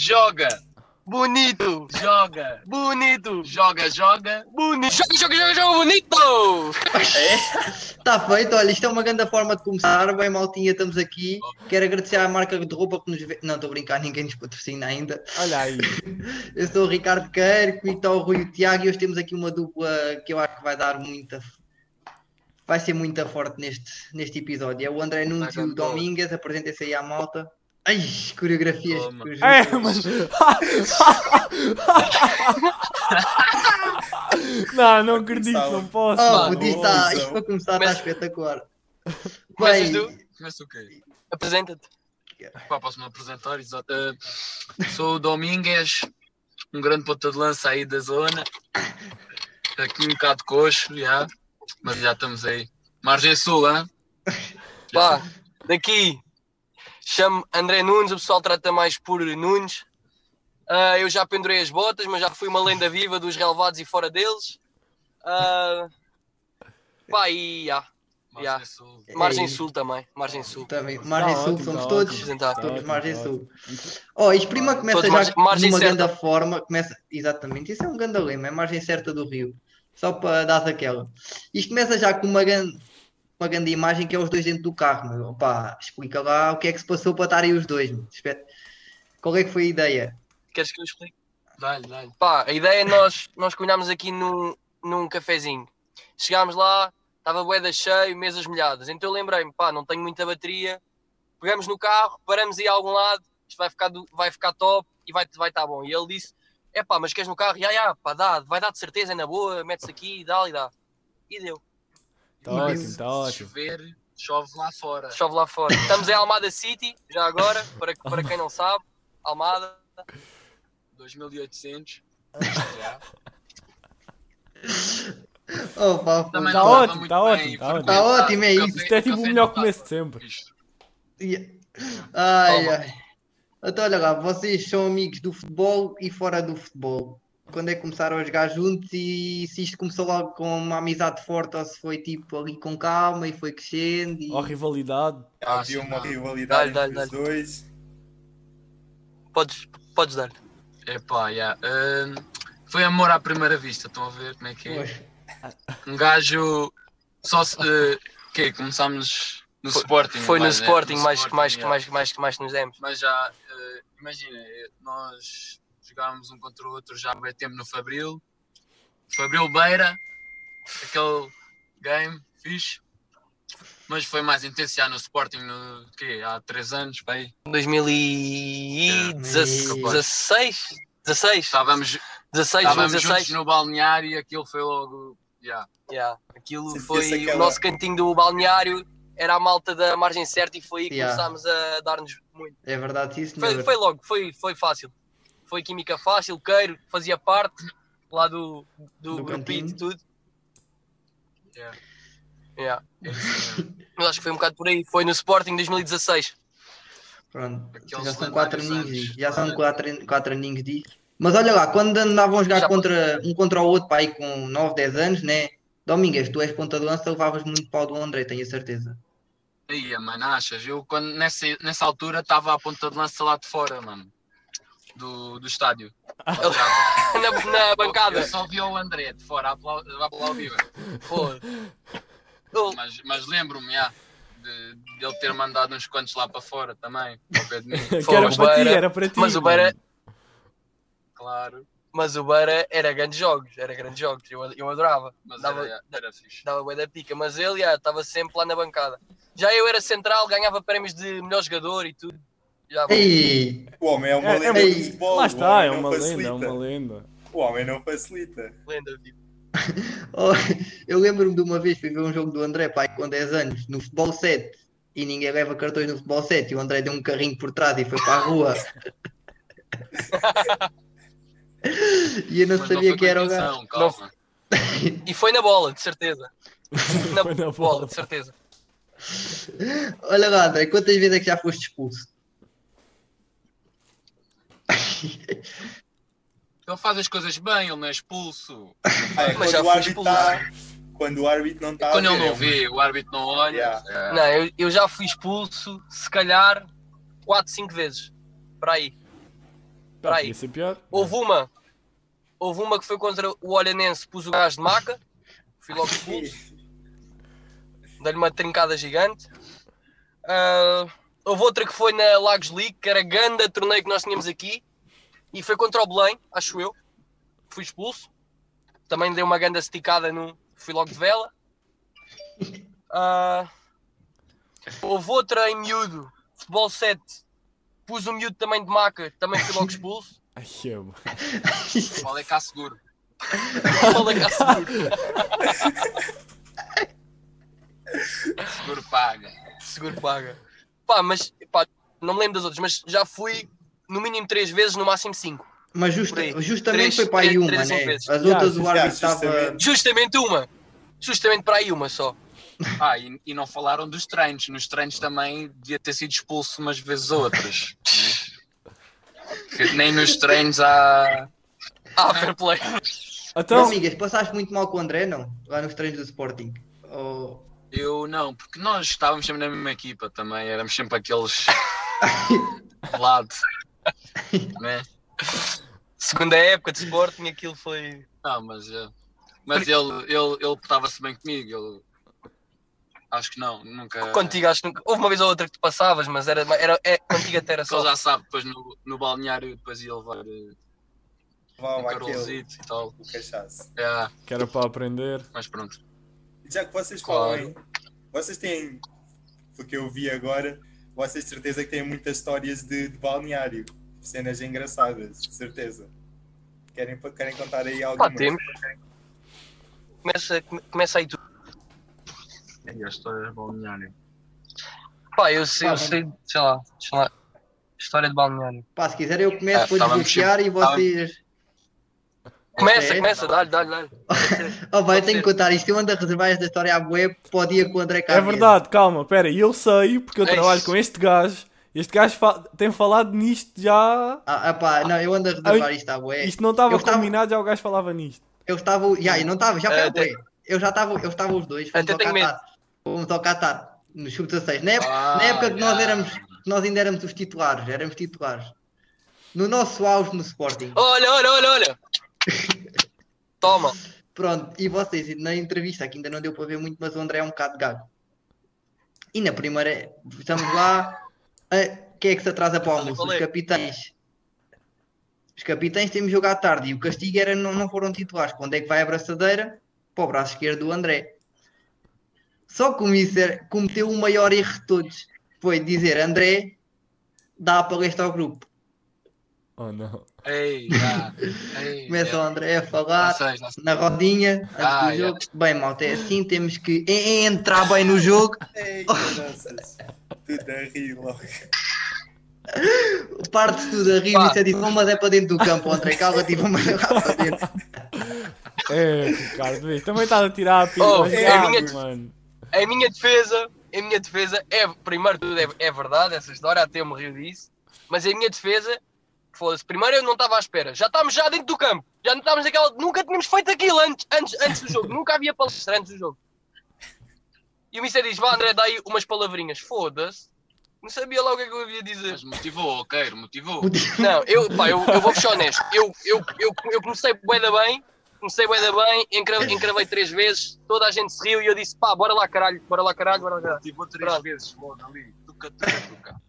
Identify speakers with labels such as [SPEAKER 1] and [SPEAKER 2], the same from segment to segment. [SPEAKER 1] joga. Bonito, joga. Bonito, joga, joga. Bonito, joga, joga, joga, joga, bonito.
[SPEAKER 2] Está feito, olha, isto é uma grande forma de começar. Bem, maltinha, estamos aqui. Quero agradecer à marca de roupa que nos vê. Não, estou a brincar, ninguém nos patrocina ainda.
[SPEAKER 3] Olha aí.
[SPEAKER 2] Eu sou o Ricardo Queiro, comigo está o Rui e o Tiago e hoje temos aqui uma dupla que eu acho que vai dar muita. Vai ser muito forte neste, neste episódio. É o André Nunes e o
[SPEAKER 1] grande bola.
[SPEAKER 2] Domingues, apresentem-se aí à malta. Ai, coreografias.
[SPEAKER 1] Toma.
[SPEAKER 2] que eu juro.
[SPEAKER 3] É, mas. não, não acredito, não posso.
[SPEAKER 4] Ah,
[SPEAKER 2] Oh,
[SPEAKER 3] mano.
[SPEAKER 2] puto, isto,
[SPEAKER 4] tá.
[SPEAKER 2] está, isto
[SPEAKER 5] ouçam.
[SPEAKER 2] para começar está
[SPEAKER 1] Mas-
[SPEAKER 2] espetacular.
[SPEAKER 1] Começas
[SPEAKER 2] Bem,
[SPEAKER 1] tu? Começas tu o quê? Apresenta-te. Pá, posso-me apresentar? Exato. Eh, sou o Domingues, um grande ponta de lança aí da zona. Aqui um bocado coxo, já. Mas já estamos aí. Margem Sul, hein?
[SPEAKER 4] Pá, daqui chamo André Nunes, o pessoal trata mais por Nunes. Ah, eu já pendurei as botas, mas já fui uma lenda viva dos relevados e fora deles. Ah, pá, e já.
[SPEAKER 1] Margem
[SPEAKER 4] Já.
[SPEAKER 1] Sul.
[SPEAKER 4] Margem
[SPEAKER 2] É isso.
[SPEAKER 4] Sul também, Margem Sul.
[SPEAKER 2] também, Margem
[SPEAKER 3] Tá
[SPEAKER 2] Sul,
[SPEAKER 3] ótimo,
[SPEAKER 2] somos
[SPEAKER 3] tá
[SPEAKER 2] todos.
[SPEAKER 3] ótimo.
[SPEAKER 4] Apresentar.
[SPEAKER 3] Tá
[SPEAKER 2] Todos
[SPEAKER 3] ótimo,
[SPEAKER 2] margem
[SPEAKER 3] tá
[SPEAKER 2] sul. Oh, isto prima começa
[SPEAKER 4] Todos
[SPEAKER 2] já
[SPEAKER 4] margem- margem
[SPEAKER 2] numa
[SPEAKER 4] certa.
[SPEAKER 2] grande forma. Começa, exatamente, isso é um grande lema, é margem certa do rio. Só para dar aquela. Isto começa já com uma grande, uma grande imagem que é os dois dentro do carro. Meu. Opa, explica lá o que é que se passou para estarem os dois. Meu. Espe- Qual é que foi a ideia?
[SPEAKER 4] Queres que eu explique?
[SPEAKER 1] Dá-lhe, dá-lhe.
[SPEAKER 4] Pá, a ideia é nós, nós combinámos aqui num, num cafezinho. Chegámos lá, estava boeda cheio, mesas molhadas. Então eu lembrei-me, pá, não tenho muita bateria. Pegamos no carro, paramos aí a algum lado, isto vai ficar, do- vai ficar top e vai estar vai tá bom. E ele disse, é pá, mas queres no carro? Ya, ya, pá, dá, vai dar de certeza, é na boa, metes aqui, dá e dá. E deu,
[SPEAKER 3] Tá ótimo, tá
[SPEAKER 1] Se
[SPEAKER 3] ótimo.
[SPEAKER 1] chover, chove lá fora.
[SPEAKER 4] chove lá fora. Estamos em Almada City, já agora, para, para quem não sabe, Almada.
[SPEAKER 1] 2800.
[SPEAKER 3] Ah.
[SPEAKER 2] Opa,
[SPEAKER 1] Também
[SPEAKER 2] foi-
[SPEAKER 3] Tá
[SPEAKER 1] não dava
[SPEAKER 3] ótimo,
[SPEAKER 1] muito
[SPEAKER 3] tá
[SPEAKER 1] bem,
[SPEAKER 3] ótimo, tá
[SPEAKER 1] porque-
[SPEAKER 3] ótimo.
[SPEAKER 2] Tá ótimo, é
[SPEAKER 1] café-
[SPEAKER 2] isso.
[SPEAKER 3] Isto é tipo o
[SPEAKER 1] café
[SPEAKER 3] melhor
[SPEAKER 1] não
[SPEAKER 3] começo
[SPEAKER 1] dá.
[SPEAKER 3] de sempre.
[SPEAKER 1] Isto.
[SPEAKER 2] Ai,
[SPEAKER 4] Toma.
[SPEAKER 2] ai. Então, olha lá, vocês são amigos do futebol e fora do futebol. Quando é que começaram a jogar juntos e se isto começou logo com uma amizade forte ou se foi tipo ali com calma e foi crescendo e...
[SPEAKER 3] Ó, rivalidade.
[SPEAKER 1] Acho
[SPEAKER 5] Havia uma
[SPEAKER 3] Ah.
[SPEAKER 1] que
[SPEAKER 5] rivalidade
[SPEAKER 4] Dá-lhe,
[SPEAKER 5] entre os dois.
[SPEAKER 4] Podes, podes dar.
[SPEAKER 1] Epá, yeah. Ahn, foi amor à primeira vista, estão a ver como é que é?
[SPEAKER 2] Pois.
[SPEAKER 1] Um gajo só se. eh, quê? Começámos no Sporting.
[SPEAKER 4] Foi no
[SPEAKER 1] mais, né?
[SPEAKER 4] Sporting
[SPEAKER 1] No
[SPEAKER 4] mais que mais que
[SPEAKER 1] yeah.
[SPEAKER 4] mais que mais que mais que nos demos.
[SPEAKER 1] Mas já, eh, imagina, eh, nós jogávamos um contra o outro já há bem tempo no Fabril. Fabril Beira, aquele game fixe. Mas foi mais intenso já no Sporting no, quê? há 3 anos, pá, aí.
[SPEAKER 4] 2016? 16?
[SPEAKER 1] Estávamos,
[SPEAKER 4] 16,
[SPEAKER 1] estávamos Tá. juntos
[SPEAKER 4] 16?
[SPEAKER 1] no balneário e aquilo foi logo. Yeah.
[SPEAKER 4] Yeah. Aquilo
[SPEAKER 5] Sim,
[SPEAKER 4] foi
[SPEAKER 5] esse é aquela-
[SPEAKER 4] o nosso cantinho do balneário, era a malta da margem certa e foi aí que
[SPEAKER 2] Yeah.
[SPEAKER 4] começámos a dar-nos muito.
[SPEAKER 2] É verdade, sim, senhor.
[SPEAKER 4] Foi, foi logo, foi, foi fácil. Foi química fácil, queiro, fazia parte lá do, do,
[SPEAKER 2] Do
[SPEAKER 4] grupinho e
[SPEAKER 2] cantinho.
[SPEAKER 4] tudo.
[SPEAKER 1] Yeah.
[SPEAKER 4] Yeah.
[SPEAKER 1] É isso mesmo.
[SPEAKER 4] Eu acho que foi um bocado por aí, foi no Sporting 2016.
[SPEAKER 2] Pronto,
[SPEAKER 1] Aqueles
[SPEAKER 2] já são quatro
[SPEAKER 1] lendários
[SPEAKER 2] aninhos,
[SPEAKER 1] anos.
[SPEAKER 2] já são quatro, quatro aninhos disso. Mas olha lá, quando andavam a jogar
[SPEAKER 4] Já-
[SPEAKER 2] contra, um contra o outro, pá, aí com 9, 10 anos, né? Domingas, tu és ponta de lança, levavas muito pau do André, tenho a certeza.
[SPEAKER 1] Aí, mano, achas? Eu quando, nessa, nessa altura estava à ponta de lança lá de fora, mano. Do, do estádio. Jogava.
[SPEAKER 4] Na, na
[SPEAKER 1] Eu
[SPEAKER 4] bancada.
[SPEAKER 1] só via o André de fora a aplau- a aplaudir.
[SPEAKER 4] Pô. Eu-
[SPEAKER 1] Mas, mas lembro-me, já, de, de ele ter mandado uns quantos lá para fora também. Ao pé de mim,
[SPEAKER 3] Que
[SPEAKER 4] Foi,
[SPEAKER 3] era
[SPEAKER 4] o
[SPEAKER 3] para ti,
[SPEAKER 4] Beira-
[SPEAKER 3] era para ti.
[SPEAKER 4] mas o Beira-
[SPEAKER 3] mano.
[SPEAKER 1] claro.
[SPEAKER 4] Mas o Beira era grandes jogos, era grandes jogos, eu, eu adorava,
[SPEAKER 1] Mas
[SPEAKER 4] Dava-
[SPEAKER 1] era, era fixe.
[SPEAKER 4] dava bué da pica, mas ele já estava sempre lá na bancada. Já eu era central, ganhava prémios de melhor jogador e tudo. Já,
[SPEAKER 2] Ei,
[SPEAKER 5] O homem é uma
[SPEAKER 3] É- é
[SPEAKER 5] lenda
[SPEAKER 2] muito-
[SPEAKER 5] de futebol.
[SPEAKER 3] Lá
[SPEAKER 5] o
[SPEAKER 3] está,
[SPEAKER 5] homem
[SPEAKER 3] é
[SPEAKER 5] não
[SPEAKER 3] uma lenda, é
[SPEAKER 5] facilita.
[SPEAKER 3] uma lenda.
[SPEAKER 5] O homem não facilita.
[SPEAKER 4] lenda, tipo. viva.
[SPEAKER 2] Oh, eu lembro-me de uma vez fui ver um jogo do André, pai, com 10 anos, no futebol 7, e ninguém leva cartões no futebol 7, e o André deu um carrinho por trás e foi para a rua. e eu não
[SPEAKER 1] Mas
[SPEAKER 2] sabia
[SPEAKER 1] foi
[SPEAKER 2] que era o
[SPEAKER 1] com
[SPEAKER 2] gajo.
[SPEAKER 1] intenção, calma.
[SPEAKER 4] E foi na bola, de certeza. Na,
[SPEAKER 3] Foi na
[SPEAKER 4] bola,
[SPEAKER 3] bola.
[SPEAKER 4] de certeza.
[SPEAKER 2] Olha lá, André, quantas vezes é que já foste expulso?
[SPEAKER 1] Ele faz as coisas bem, ele não é expulso.
[SPEAKER 5] Ah, é
[SPEAKER 4] Mas já
[SPEAKER 5] quando, o
[SPEAKER 4] foi
[SPEAKER 5] árbitro tá- quando o árbitro não
[SPEAKER 2] Ah,
[SPEAKER 5] está
[SPEAKER 1] Quando
[SPEAKER 5] a
[SPEAKER 1] ele
[SPEAKER 5] ver, é
[SPEAKER 1] não
[SPEAKER 5] um-
[SPEAKER 1] vê, o árbitro não olha.
[SPEAKER 5] Yeah.
[SPEAKER 1] é.
[SPEAKER 4] Não, eu, eu já fui expulso, se calhar, 4, 5 vezes. Para aí.
[SPEAKER 3] Pá,
[SPEAKER 4] Peraí.
[SPEAKER 3] podia ser pior.
[SPEAKER 4] Houve uma. Houve uma que foi contra o Olhanense, pus o gajo de maca. Fui logo expulso. Dei-lhe uma trincada gigante. Ah, houve outra que foi na Lagos League, que era ganda torneio que nós tínhamos aqui. E foi contra o Belém, acho eu. Fui expulso. Também dei uma ganda esticada no. Fui logo de vela. Ah, houve outra em miúdo, futebol 7. Pus um miúdo também de maca, também fui logo expulso.
[SPEAKER 3] Ai, eu, mano.
[SPEAKER 1] Qual é cá seguro?
[SPEAKER 4] Fala cá, seguro.
[SPEAKER 1] Seguro paga.
[SPEAKER 4] Seguro paga. Pá, mas pá, não me lembro das outras, mas já fui no mínimo três vezes, no máximo cinco.
[SPEAKER 2] Mas
[SPEAKER 4] Por aí.
[SPEAKER 2] justa, justamente
[SPEAKER 4] Três-
[SPEAKER 2] foi para aí
[SPEAKER 4] três-
[SPEAKER 2] uma,
[SPEAKER 4] três
[SPEAKER 2] né?
[SPEAKER 4] vezes.
[SPEAKER 2] As outras
[SPEAKER 3] Já,
[SPEAKER 2] o árbitro
[SPEAKER 5] já,
[SPEAKER 2] estava.
[SPEAKER 5] justamente.
[SPEAKER 4] Justamente uma. Justamente para aí uma só.
[SPEAKER 1] Ah, e, e não falaram dos treinos. Nos treinos também devia ter sido expulso umas vezes ou outras. né? Porque nem nos treinos há.
[SPEAKER 4] Ah, fair play.
[SPEAKER 3] Então,
[SPEAKER 2] Então... Amigas, passaste muito mal com o André, não? Lá nos treinos do Sporting. Oh, Ou-
[SPEAKER 1] Eu não, porque nós estávamos sempre na mesma equipa também, éramos sempre aqueles de lado. né?
[SPEAKER 4] Segunda época de Sporting, aquilo foi.
[SPEAKER 1] Não, mas, eh, mas ele, ele, ele portava-se bem comigo. Ele... Acho que não, nunca.
[SPEAKER 4] Contigo, acho que nunca- houve uma vez ou outra que tu passavas, mas era, era, é, contigo até era
[SPEAKER 1] Porque ele
[SPEAKER 4] só.
[SPEAKER 1] já sabe, depois no, no balneário depois ia levar eh, um
[SPEAKER 5] Levava aquele,
[SPEAKER 1] carolzito e tal.
[SPEAKER 5] o cachaço.
[SPEAKER 1] É,
[SPEAKER 3] que era para aprender.
[SPEAKER 1] mas pronto.
[SPEAKER 5] Já que vocês falam,
[SPEAKER 4] Claro.
[SPEAKER 5] em- vocês têm, porque eu vi agora, vocês de certeza que têm muitas histórias de, de balneário, cenas engraçadas, de certeza. Querem, querem contar aí
[SPEAKER 4] Pá,
[SPEAKER 5] algumas?
[SPEAKER 4] temos. Começa, come- começa aí tu.
[SPEAKER 1] E as histórias do balneário.
[SPEAKER 4] Pá, eu sei,
[SPEAKER 2] Tá
[SPEAKER 4] eu
[SPEAKER 2] bom.
[SPEAKER 4] sei, sei lá, sei lá. História de balneário.
[SPEAKER 2] Pá, se quiser eu começo
[SPEAKER 1] Ah,
[SPEAKER 2] por
[SPEAKER 1] estávamos
[SPEAKER 2] desbloquear e vocês.
[SPEAKER 4] Começa,
[SPEAKER 2] É?
[SPEAKER 4] começa, dá-lhe, dá-lhe, dá-lhe.
[SPEAKER 2] Oh, vai, eu
[SPEAKER 4] Pode
[SPEAKER 2] tenho
[SPEAKER 4] ser.
[SPEAKER 2] que contar isto. Eu ando a reservar esta história à web para o dia com o André cá.
[SPEAKER 3] É verdade, calma, pera, e eu sei, porque eu
[SPEAKER 4] Ei.
[SPEAKER 3] trabalho com este gajo. Este gajo fa- tem falado nisto já.
[SPEAKER 2] Ah, ah, pá, não, eu ando a reservar isto à web.
[SPEAKER 3] Isto não estava
[SPEAKER 2] Eu tava-
[SPEAKER 3] combinado, já o gajo falava nisto.
[SPEAKER 2] Eu estava. Já, eu não estava, já foi
[SPEAKER 4] Ah,
[SPEAKER 2] à
[SPEAKER 4] até-
[SPEAKER 2] web. Eu já estava, eu estava os dois. Fomos
[SPEAKER 4] Até
[SPEAKER 2] ao
[SPEAKER 4] tenho medo.
[SPEAKER 2] Qatar. Fomos ao Qatar, no sub-16. Na, época-
[SPEAKER 1] Ah,
[SPEAKER 2] na época que nós
[SPEAKER 1] já.
[SPEAKER 2] éramos. que Nós ainda éramos os titulares, éramos titulares. No nosso auge no Sporting.
[SPEAKER 4] Olha, olha, olha, olha. Toma.
[SPEAKER 2] Pronto, e vocês, na entrevista que ainda não deu para ver muito, mas o André é um bocado gago. E na primeira, estamos lá, ah, quem é que se atrasa para o almoço? Os capitães. Os capitães temos jogo à tarde e o castigo era não, não foram titulares. Quando é que vai a abraçadeira? Para o braço esquerdo do André. Só que o Mister cometeu o maior erro de todos. Foi dizer, André, dá a palestra ao grupo.
[SPEAKER 3] Oh não.
[SPEAKER 1] Ei, já. Ei,
[SPEAKER 2] Começa o
[SPEAKER 1] já.
[SPEAKER 2] André a
[SPEAKER 1] Já
[SPEAKER 2] falar,
[SPEAKER 1] sei, já sei.
[SPEAKER 2] na rodinha antes
[SPEAKER 1] Ah,
[SPEAKER 2] do
[SPEAKER 1] é.
[SPEAKER 2] jogo. Bem, malta, é assim, temos que en- entrar bem no jogo.
[SPEAKER 5] Ei, cachaças. Tudo a rir logo.
[SPEAKER 2] Parte-se tudo a rir,
[SPEAKER 4] Pá.
[SPEAKER 2] isso é tipo, mas é para dentro do campo, André, calma, tipo, mas é lá para dentro.
[SPEAKER 3] É, Ricardo, vês, também estás a tirar a pila,
[SPEAKER 4] Oh,
[SPEAKER 3] mas
[SPEAKER 4] é
[SPEAKER 3] calma,
[SPEAKER 4] a minha-
[SPEAKER 3] mano.
[SPEAKER 4] Em minha defesa, em minha defesa, é, primeiro tudo é, é verdade essa história, até eu me rio disso, mas em minha defesa, foda-se, primeiro eu não estava à espera, já estávamos já dentro do campo, já não estávamos naquela, nunca tínhamos feito aquilo antes, antes, antes do jogo, nunca havia palestra antes do jogo. E o Mister diz, vá André, dá aí umas palavrinhas, foda-se, não sabia lá o que é que eu havia de dizer.
[SPEAKER 1] Mas motivou, ok, motivou.
[SPEAKER 4] Não, eu, pá, eu, eu vou ser honesto. Eu, eu, eu, eu comecei bué da bem, comecei bué da bem, encra- encravei três vezes, toda a gente se riu e eu disse, pá, bora lá caralho, bora lá caralho, bora lá caralho.
[SPEAKER 1] Motivou três
[SPEAKER 4] Pronto.
[SPEAKER 1] vezes logo ali. Tuca, tuca, tuca.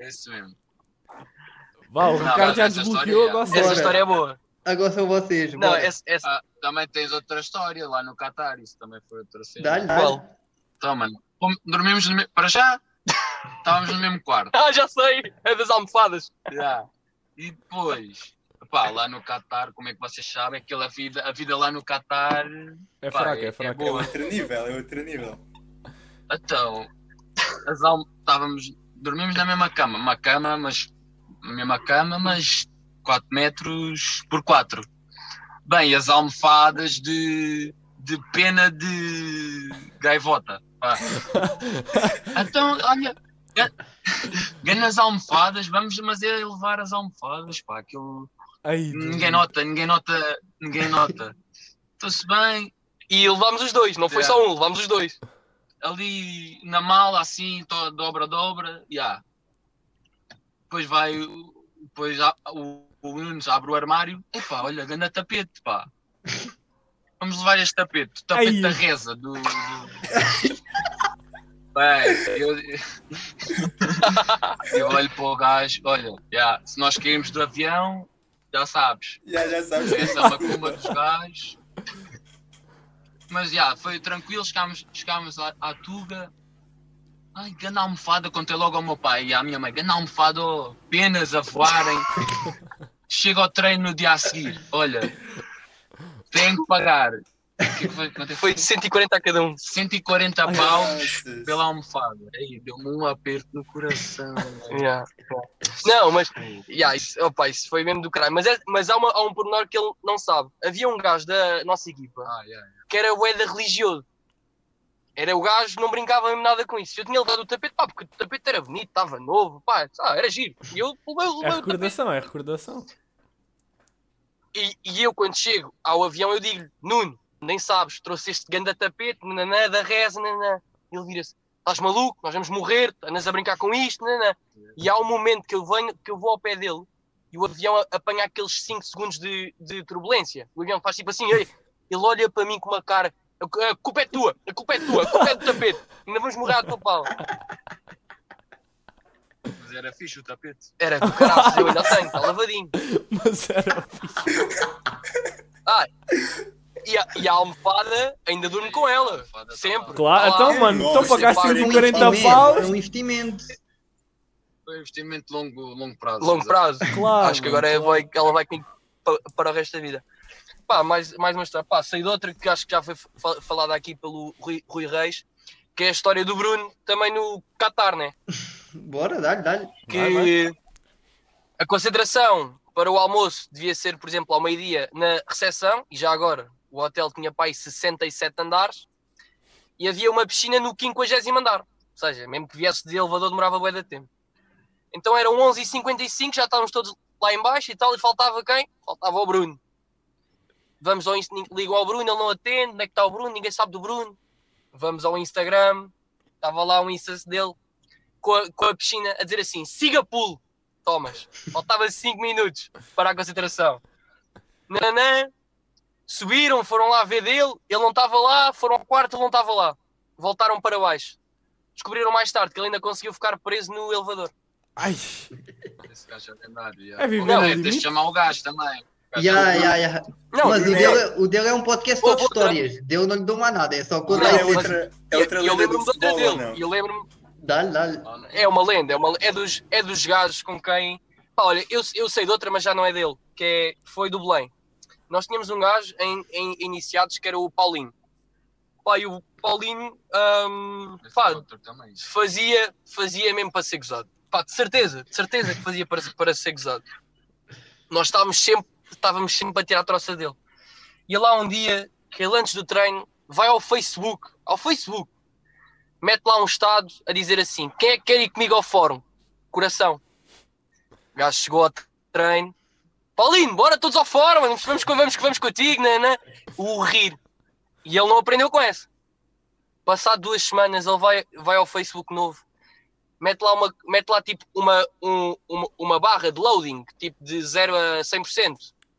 [SPEAKER 1] É isso mesmo.
[SPEAKER 3] Vá, o
[SPEAKER 1] Não,
[SPEAKER 3] Ricardo já
[SPEAKER 1] essa
[SPEAKER 3] desbloqueou
[SPEAKER 1] história-
[SPEAKER 3] agora.
[SPEAKER 4] Essa
[SPEAKER 2] Bora.
[SPEAKER 4] história é boa.
[SPEAKER 2] Agora são vocês,
[SPEAKER 4] Não, é
[SPEAKER 2] bora.
[SPEAKER 4] essa, essa,
[SPEAKER 1] Ah, também tens outra história lá no Qatar, isso também foi outra
[SPEAKER 4] assim,
[SPEAKER 1] cena.
[SPEAKER 2] Dá-lhe, dá-lhe.
[SPEAKER 4] qual?
[SPEAKER 1] Então, mano, como dormimos no mesmo. Para já, estávamos no mesmo quarto.
[SPEAKER 4] Ah, já sei, é das almofadas.
[SPEAKER 1] Já. E depois, pá, lá no Qatar, como é que vocês sabem? Aquela vida, a vida lá no Qatar.
[SPEAKER 3] É
[SPEAKER 1] pá,
[SPEAKER 3] fraca,
[SPEAKER 1] é-
[SPEAKER 3] é
[SPEAKER 1] é
[SPEAKER 3] fraca.
[SPEAKER 1] boa.
[SPEAKER 5] Outro nível, é outro nível.
[SPEAKER 1] Então, as alm... estávamos, dormimos na mesma cama, uma cama, mas a mesma cama, mas 4 metros por 4. Bem, as almofadas de, de pena de gaivota. pá. Então, olha, ga- ganha as almofadas, vamos, mas é levar as almofadas, pá, aquilo
[SPEAKER 3] Aí,
[SPEAKER 1] Ninguém nota, ninguém nota, ninguém nota. Estou-se bem,
[SPEAKER 4] E levámos os dois, não foi
[SPEAKER 1] Yeah.
[SPEAKER 4] só um, levámos os dois.
[SPEAKER 1] ali na mala, assim, to- dobra, dobra, já. Depois vai o, depois a- o, o Nunes abre o armário. Epá, olha, ganda tapete, pá. Vamos levar este tapete, o tapete
[SPEAKER 3] Ai.
[SPEAKER 1] da reza do. do... Bem, eu, eu olho para o gajo, olha, já, se nós caímos do avião, já sabes,
[SPEAKER 5] Já, já sabes.
[SPEAKER 1] essa é uma macumba dos gajos. Mas já, foi tranquilo, chegámos, chegámos à, à Tuga. Ai, ganda almofada, contei logo ao meu pai e à minha mãe, ganda almofada, oh, penas a voarem. Chego ao treino no dia a seguir, olha, tenho que pagar. O que é que foi? Quanto é que
[SPEAKER 4] Foi
[SPEAKER 1] foi?
[SPEAKER 4] de 140 a cada um.
[SPEAKER 1] 140 paus
[SPEAKER 5] Nossa.
[SPEAKER 1] pela almofada. Aí, deu-me um aperto no coração.
[SPEAKER 4] Yeah. Não, mas yeah, isso, opa, isso foi mesmo do caralho. Mas, é- mas há, uma- há um pormenor que ele não sabe. Havia um gajo da nossa equipa
[SPEAKER 1] Ah, yeah.
[SPEAKER 4] que era o Eda religioso. Era o gajo, não brincava mesmo nada com isso. Eu tinha levado o tapete, pá, porque o tapete era bonito, estava novo, pá, ah, era giro. E eu levei, levei
[SPEAKER 3] É
[SPEAKER 4] o tapete.
[SPEAKER 3] recordação, é recordação.
[SPEAKER 4] E, e eu, quando chego ao avião, eu digo-lhe, Nuno, nem sabes, trouxe este ganda tapete, nananã, da reza, nananã. E ele vira-se, estás maluco, nós vamos morrer, andas a brincar com isto, nananã. E há um momento que eu venho, que eu vou ao pé dele e o avião a- apanha aqueles 5 segundos de, de turbulência. O avião faz tipo assim, ei, ele olha para mim com uma cara, a, cu- a culpa é tua, a culpa é tua, a culpa é do tapete, ainda vamos morrer à tua pala.
[SPEAKER 1] Mas era fixe o tapete.
[SPEAKER 4] Era, caralho, eu ainda tenho, está lavadinho.
[SPEAKER 3] Mas era.
[SPEAKER 4] E a, e a almofada ainda durmo com ela,
[SPEAKER 1] Almofada tá
[SPEAKER 4] sempre.
[SPEAKER 1] lá.
[SPEAKER 3] Claro,
[SPEAKER 4] Está lá.
[SPEAKER 3] então, mano, então
[SPEAKER 5] Nossa,
[SPEAKER 3] pagaste
[SPEAKER 5] claro,
[SPEAKER 2] Foi um
[SPEAKER 3] 140
[SPEAKER 2] investimento,
[SPEAKER 3] paus.
[SPEAKER 2] foi um investimento.
[SPEAKER 1] Foi um investimento de longo, longo prazo.
[SPEAKER 4] longo prazo.
[SPEAKER 3] Claro.
[SPEAKER 4] Acho que agora é- vai- ela vai comigo pa- para o resto da vida. Pá, mais, mais uma história. Pá, sei de outra que acho que já foi fa- falada aqui pelo Rui, Rui Reis, que é a história do Bruno, também no Qatar, né?
[SPEAKER 2] Bora, dá-lhe, dá-lhe.
[SPEAKER 4] Que
[SPEAKER 3] Vai, vai.
[SPEAKER 4] a concentração para o almoço devia ser, por exemplo, ao meio-dia na recepção, e já agora o hotel tinha para aí 67 andares, e havia uma piscina no 50 andar. Ou seja, mesmo que viesse de elevador demorava bué de tempo. Então eram 11h55, já estávamos todos lá em baixo e tal, e faltava quem? Faltava o Bruno. Vamos ao Insta- ligam ao Bruno, ele não atende, onde é que está o Bruno? Ninguém sabe do Bruno. Vamos ao Instagram, estava lá o Insta dele com a, com a piscina a dizer assim: siga pulo, Thomas. Faltava 5 minutos para a concentração. Nanã, subiram, foram lá ver dele, ele não estava lá, foram ao quarto, ele não estava lá. Voltaram para baixo. Descobriram mais tarde que ele ainda conseguiu ficar preso no elevador.
[SPEAKER 3] Ai,
[SPEAKER 1] Esse gajo é lendário.
[SPEAKER 3] É viver
[SPEAKER 1] Não,
[SPEAKER 3] no
[SPEAKER 1] é, tens
[SPEAKER 3] limite.
[SPEAKER 1] de chamar o gajo também. O gajo
[SPEAKER 2] Ya,
[SPEAKER 1] é o-
[SPEAKER 2] ya, ya.
[SPEAKER 4] Não,
[SPEAKER 2] Mas o
[SPEAKER 4] não,
[SPEAKER 2] dele, o dele é um podcast só de
[SPEAKER 4] Outra-
[SPEAKER 2] histórias. Dele não lhe dou mais nada, é só
[SPEAKER 5] Não,
[SPEAKER 2] contar
[SPEAKER 5] é
[SPEAKER 2] isso.
[SPEAKER 5] outra, é outra
[SPEAKER 4] e eu
[SPEAKER 5] lenda do
[SPEAKER 4] lembro-me de outra
[SPEAKER 5] futebol, ou
[SPEAKER 4] dele. E
[SPEAKER 5] não? é?
[SPEAKER 4] eu lembro-me
[SPEAKER 2] Dá-lhe, dá-lhe.
[SPEAKER 4] é uma lenda, é, uma, é, dos, é dos gajos com quem. Pá, olha, eu, eu sei de outra, mas já não é dele, que é, foi do Belém. Nós tínhamos um gajo em, em iniciados que era o Paulinho. Pá, e o Paulinho hum,
[SPEAKER 1] Esse é
[SPEAKER 4] pá,
[SPEAKER 1] outro também.
[SPEAKER 4] fazia, fazia mesmo para ser gozado. Pá, de certeza, de certeza que fazia para, para ser gozado. Nós estávamos sempre, estávamos sempre a tirar a troça dele. E lá um dia, que ele antes do treino, vai ao Facebook, ao Facebook, mete lá um estado a dizer assim, quem é que quer ir comigo ao fórum? Coração. O gajo chegou ao treino, Paulinho, bora todos ao fórum, vamos, vamos, co- vamos, vamos contigo, né, né? o rir. E ele não aprendeu com essa passado duas semanas ele vai, vai ao Facebook novo, mete lá, uma, mete lá tipo uma, um- uma, uma barra de loading, tipo de 0 a 100%,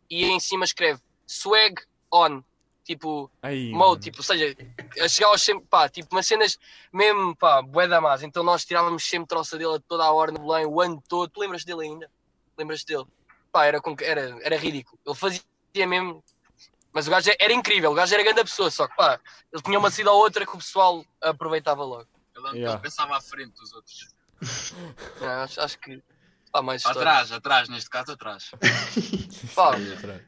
[SPEAKER 4] e em cima escreve swag on, tipo
[SPEAKER 3] ai.
[SPEAKER 4] mode, tipo, ou seja, a chegar aos sempre, pá, tipo umas cenas mesmo, pá, bué da más. Então nós tirávamos sempre troça dele a toda a hora no Belém, o ano todo, tu lembras dele ainda? Lembras dele? Pá, era, com- era, era ridículo, ele fazia mesmo. Mas o gajo era incrível, o gajo era grande pessoa, só que pá, ele tinha uma saída ou outra que o pessoal aproveitava logo.
[SPEAKER 1] Eu lembro que
[SPEAKER 3] Yeah.
[SPEAKER 1] Ele pensava à frente dos outros.
[SPEAKER 4] Ah, acho, acho que há mais histórias.
[SPEAKER 1] Atrás, atrás, neste caso, atrás.
[SPEAKER 4] Pá,
[SPEAKER 3] pronto.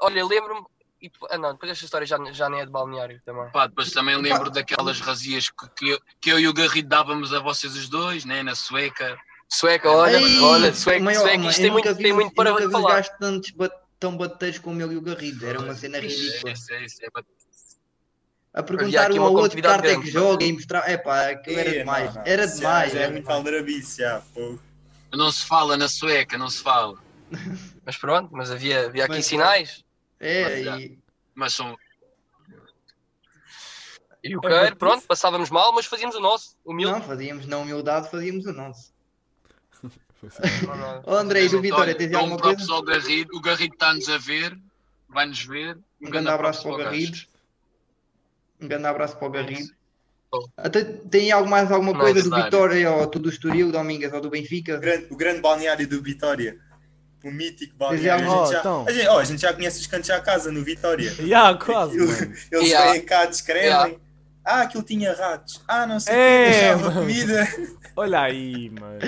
[SPEAKER 4] olha, lembro-me. e depo- Ah, não, depois esta história já, já nem é de balneário também.
[SPEAKER 1] Pá, depois também lembro daquelas razias que, que, eu, que eu e o Garrido dávamos a vocês os dois, né? Na sueca.
[SPEAKER 4] Sueca, olha,
[SPEAKER 2] Ei,
[SPEAKER 4] olha, sueca,
[SPEAKER 2] maior,
[SPEAKER 4] sueca,
[SPEAKER 2] mano,
[SPEAKER 4] isto
[SPEAKER 2] eu
[SPEAKER 4] tem
[SPEAKER 2] nunca
[SPEAKER 4] muito,
[SPEAKER 2] vi-
[SPEAKER 4] tem
[SPEAKER 2] um
[SPEAKER 4] muito
[SPEAKER 2] eu
[SPEAKER 4] para
[SPEAKER 2] nunca vi
[SPEAKER 4] falar.
[SPEAKER 2] gajos tantos ba- tão bateiros como ele e o Garrido. Era uma cena
[SPEAKER 1] É
[SPEAKER 2] ridícula.
[SPEAKER 1] isso, é isso. É bat-
[SPEAKER 2] A
[SPEAKER 4] Havia
[SPEAKER 2] perguntar
[SPEAKER 4] aqui
[SPEAKER 2] um ao
[SPEAKER 4] uma
[SPEAKER 2] outro que
[SPEAKER 4] competitividade
[SPEAKER 2] carta é que
[SPEAKER 4] grande.
[SPEAKER 2] joga e mostrar. É pá, aquilo era
[SPEAKER 5] Ih,
[SPEAKER 2] demais.
[SPEAKER 5] não, não.
[SPEAKER 2] Era
[SPEAKER 5] Isso já-
[SPEAKER 2] demais.
[SPEAKER 5] Já é
[SPEAKER 2] era
[SPEAKER 5] muito
[SPEAKER 2] demais.
[SPEAKER 5] aldrabice, já, pô.
[SPEAKER 1] Não se fala na sueca, não se fala.
[SPEAKER 4] Mas pronto, mas havia, havia aqui
[SPEAKER 2] Mas,
[SPEAKER 4] sinais.
[SPEAKER 2] É,
[SPEAKER 1] Olha.
[SPEAKER 2] e
[SPEAKER 1] Mas são.
[SPEAKER 4] E o queiro,
[SPEAKER 3] É verdade.
[SPEAKER 4] pronto, passávamos mal, mas fazíamos o nosso, humilde.
[SPEAKER 2] não, fazíamos na humildade, fazíamos o nosso.
[SPEAKER 4] Não, não.
[SPEAKER 2] Ô Andrei, do Vitória, tens aí
[SPEAKER 1] dou um
[SPEAKER 2] alguma coisa?
[SPEAKER 1] props ao Garrido. O Garrido está-nos a ver, vai-nos ver.
[SPEAKER 2] Um grande abraço para o Garrido. Um grande abraço para o Garrido. Até, tem algo mais alguma
[SPEAKER 1] Não,
[SPEAKER 2] coisa do
[SPEAKER 1] claro.
[SPEAKER 2] Vitória ou tu do Estoril, Domingas ou do Benfica?
[SPEAKER 5] O grande, o grande balneário do Vitória. O mítico balneário.
[SPEAKER 2] Dizia-
[SPEAKER 5] a, gente
[SPEAKER 3] Oh,
[SPEAKER 5] já,
[SPEAKER 3] então.
[SPEAKER 5] a, gente, oh, a gente já conhece os cantos à casa no Vitória.
[SPEAKER 3] Ya, quase,
[SPEAKER 5] Aquilo-
[SPEAKER 3] mano.
[SPEAKER 5] Eles
[SPEAKER 4] Yeah.
[SPEAKER 5] vêm cá, descrevem.
[SPEAKER 4] Yeah.
[SPEAKER 5] Ah, aquilo tinha ratos. Ah, não sei.
[SPEAKER 3] É,
[SPEAKER 5] É, deixava
[SPEAKER 3] mano.
[SPEAKER 5] comida.
[SPEAKER 3] Olha aí, mano.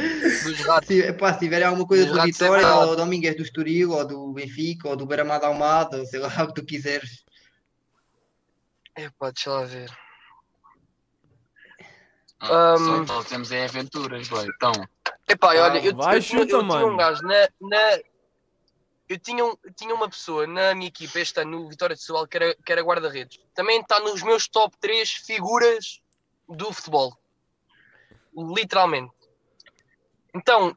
[SPEAKER 4] Dos ratos.
[SPEAKER 2] Se, epá, se tiver alguma coisa
[SPEAKER 4] Os
[SPEAKER 2] do
[SPEAKER 4] ratos é
[SPEAKER 2] Vitória
[SPEAKER 4] verdade.
[SPEAKER 2] ou Domingas do Estoril ou do Benfica ou do Beira-Mar da Almada, ou sei lá o que tu quiseres.
[SPEAKER 4] Epá, deixa lá ver.
[SPEAKER 1] Ah,
[SPEAKER 4] Um,
[SPEAKER 1] Só, só temos é aventuras, boy. Então,
[SPEAKER 4] Epá, olha, eu,
[SPEAKER 3] Ah, vai,
[SPEAKER 4] eu tinha-
[SPEAKER 3] chuta,
[SPEAKER 4] eu tinha
[SPEAKER 3] mano.
[SPEAKER 4] um gajo na. na- eu tinha, um- tinha uma pessoa na minha equipa este ano, no Vitória de Sobral, que era, que era guarda-redes. Também está nos meus top 3 figuras do futebol. Literalmente. Então,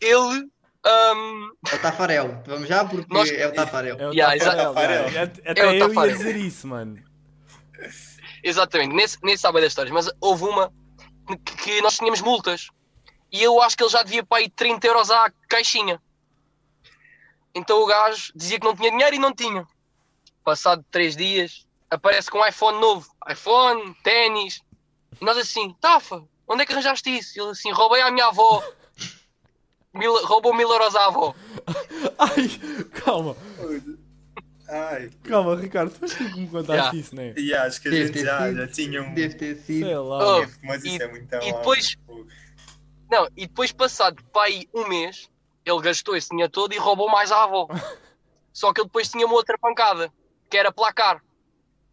[SPEAKER 4] ele. hum,
[SPEAKER 2] É o Tafarel. Vamos já, porque
[SPEAKER 4] Nós-
[SPEAKER 2] é o Tafarel.
[SPEAKER 3] É o
[SPEAKER 4] Ya,
[SPEAKER 3] Tafarel,
[SPEAKER 5] exato.
[SPEAKER 3] ya. Até
[SPEAKER 4] É o
[SPEAKER 3] eu ia
[SPEAKER 4] Tafarel.
[SPEAKER 3] dizer isso, mano.
[SPEAKER 4] Exatamente, nem, nem sabe das histórias, mas houve uma que, que nós tínhamos multas e eu acho que ele já devia para aí 30 euros à caixinha. Então o gajo dizia que não tinha dinheiro e não tinha. Passado 3 dias, aparece com um iPhone novo, iPhone, ténis. E nós assim, Tafa, onde é que arranjaste isso? E ele assim, roubei à minha avó. Mil- roubou mil euros à avó.
[SPEAKER 3] Ai, calma,
[SPEAKER 5] Ai,
[SPEAKER 3] calma, Ricardo, foste tu que me contaste
[SPEAKER 4] Ya.
[SPEAKER 3] isso, né?
[SPEAKER 5] e acho que a
[SPEAKER 2] Deve
[SPEAKER 5] gente
[SPEAKER 2] ter
[SPEAKER 5] já,
[SPEAKER 2] sido.
[SPEAKER 5] já tinha um.
[SPEAKER 2] Deve ter sido.
[SPEAKER 3] Sei lá.
[SPEAKER 4] Oh.
[SPEAKER 5] Mas isso
[SPEAKER 4] E-
[SPEAKER 5] é muito
[SPEAKER 4] e
[SPEAKER 5] mau,
[SPEAKER 4] depois-
[SPEAKER 5] mano.
[SPEAKER 4] Não, e depois passado para aí um mês, ele gastou esse dinheiro todo e roubou mais à avó. Só que ele depois tinha uma outra pancada, que era placar.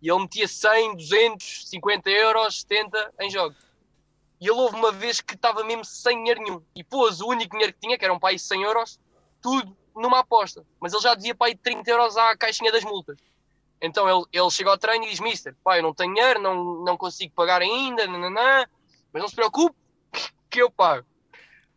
[SPEAKER 4] E ele metia 100, 200, 50 euros, 70 em jogo. E ele houve uma vez que estava mesmo sem dinheiro nenhum. E pôs o único dinheiro que tinha, que era um pai 100 euros, tudo numa aposta. Mas ele já devia para aí 30 euros à caixinha das multas. Então ele, ele chega ao treino e diz: Mister, pai, eu não tenho dinheiro, não, não consigo pagar ainda, nananã, mas não se preocupe, que eu pago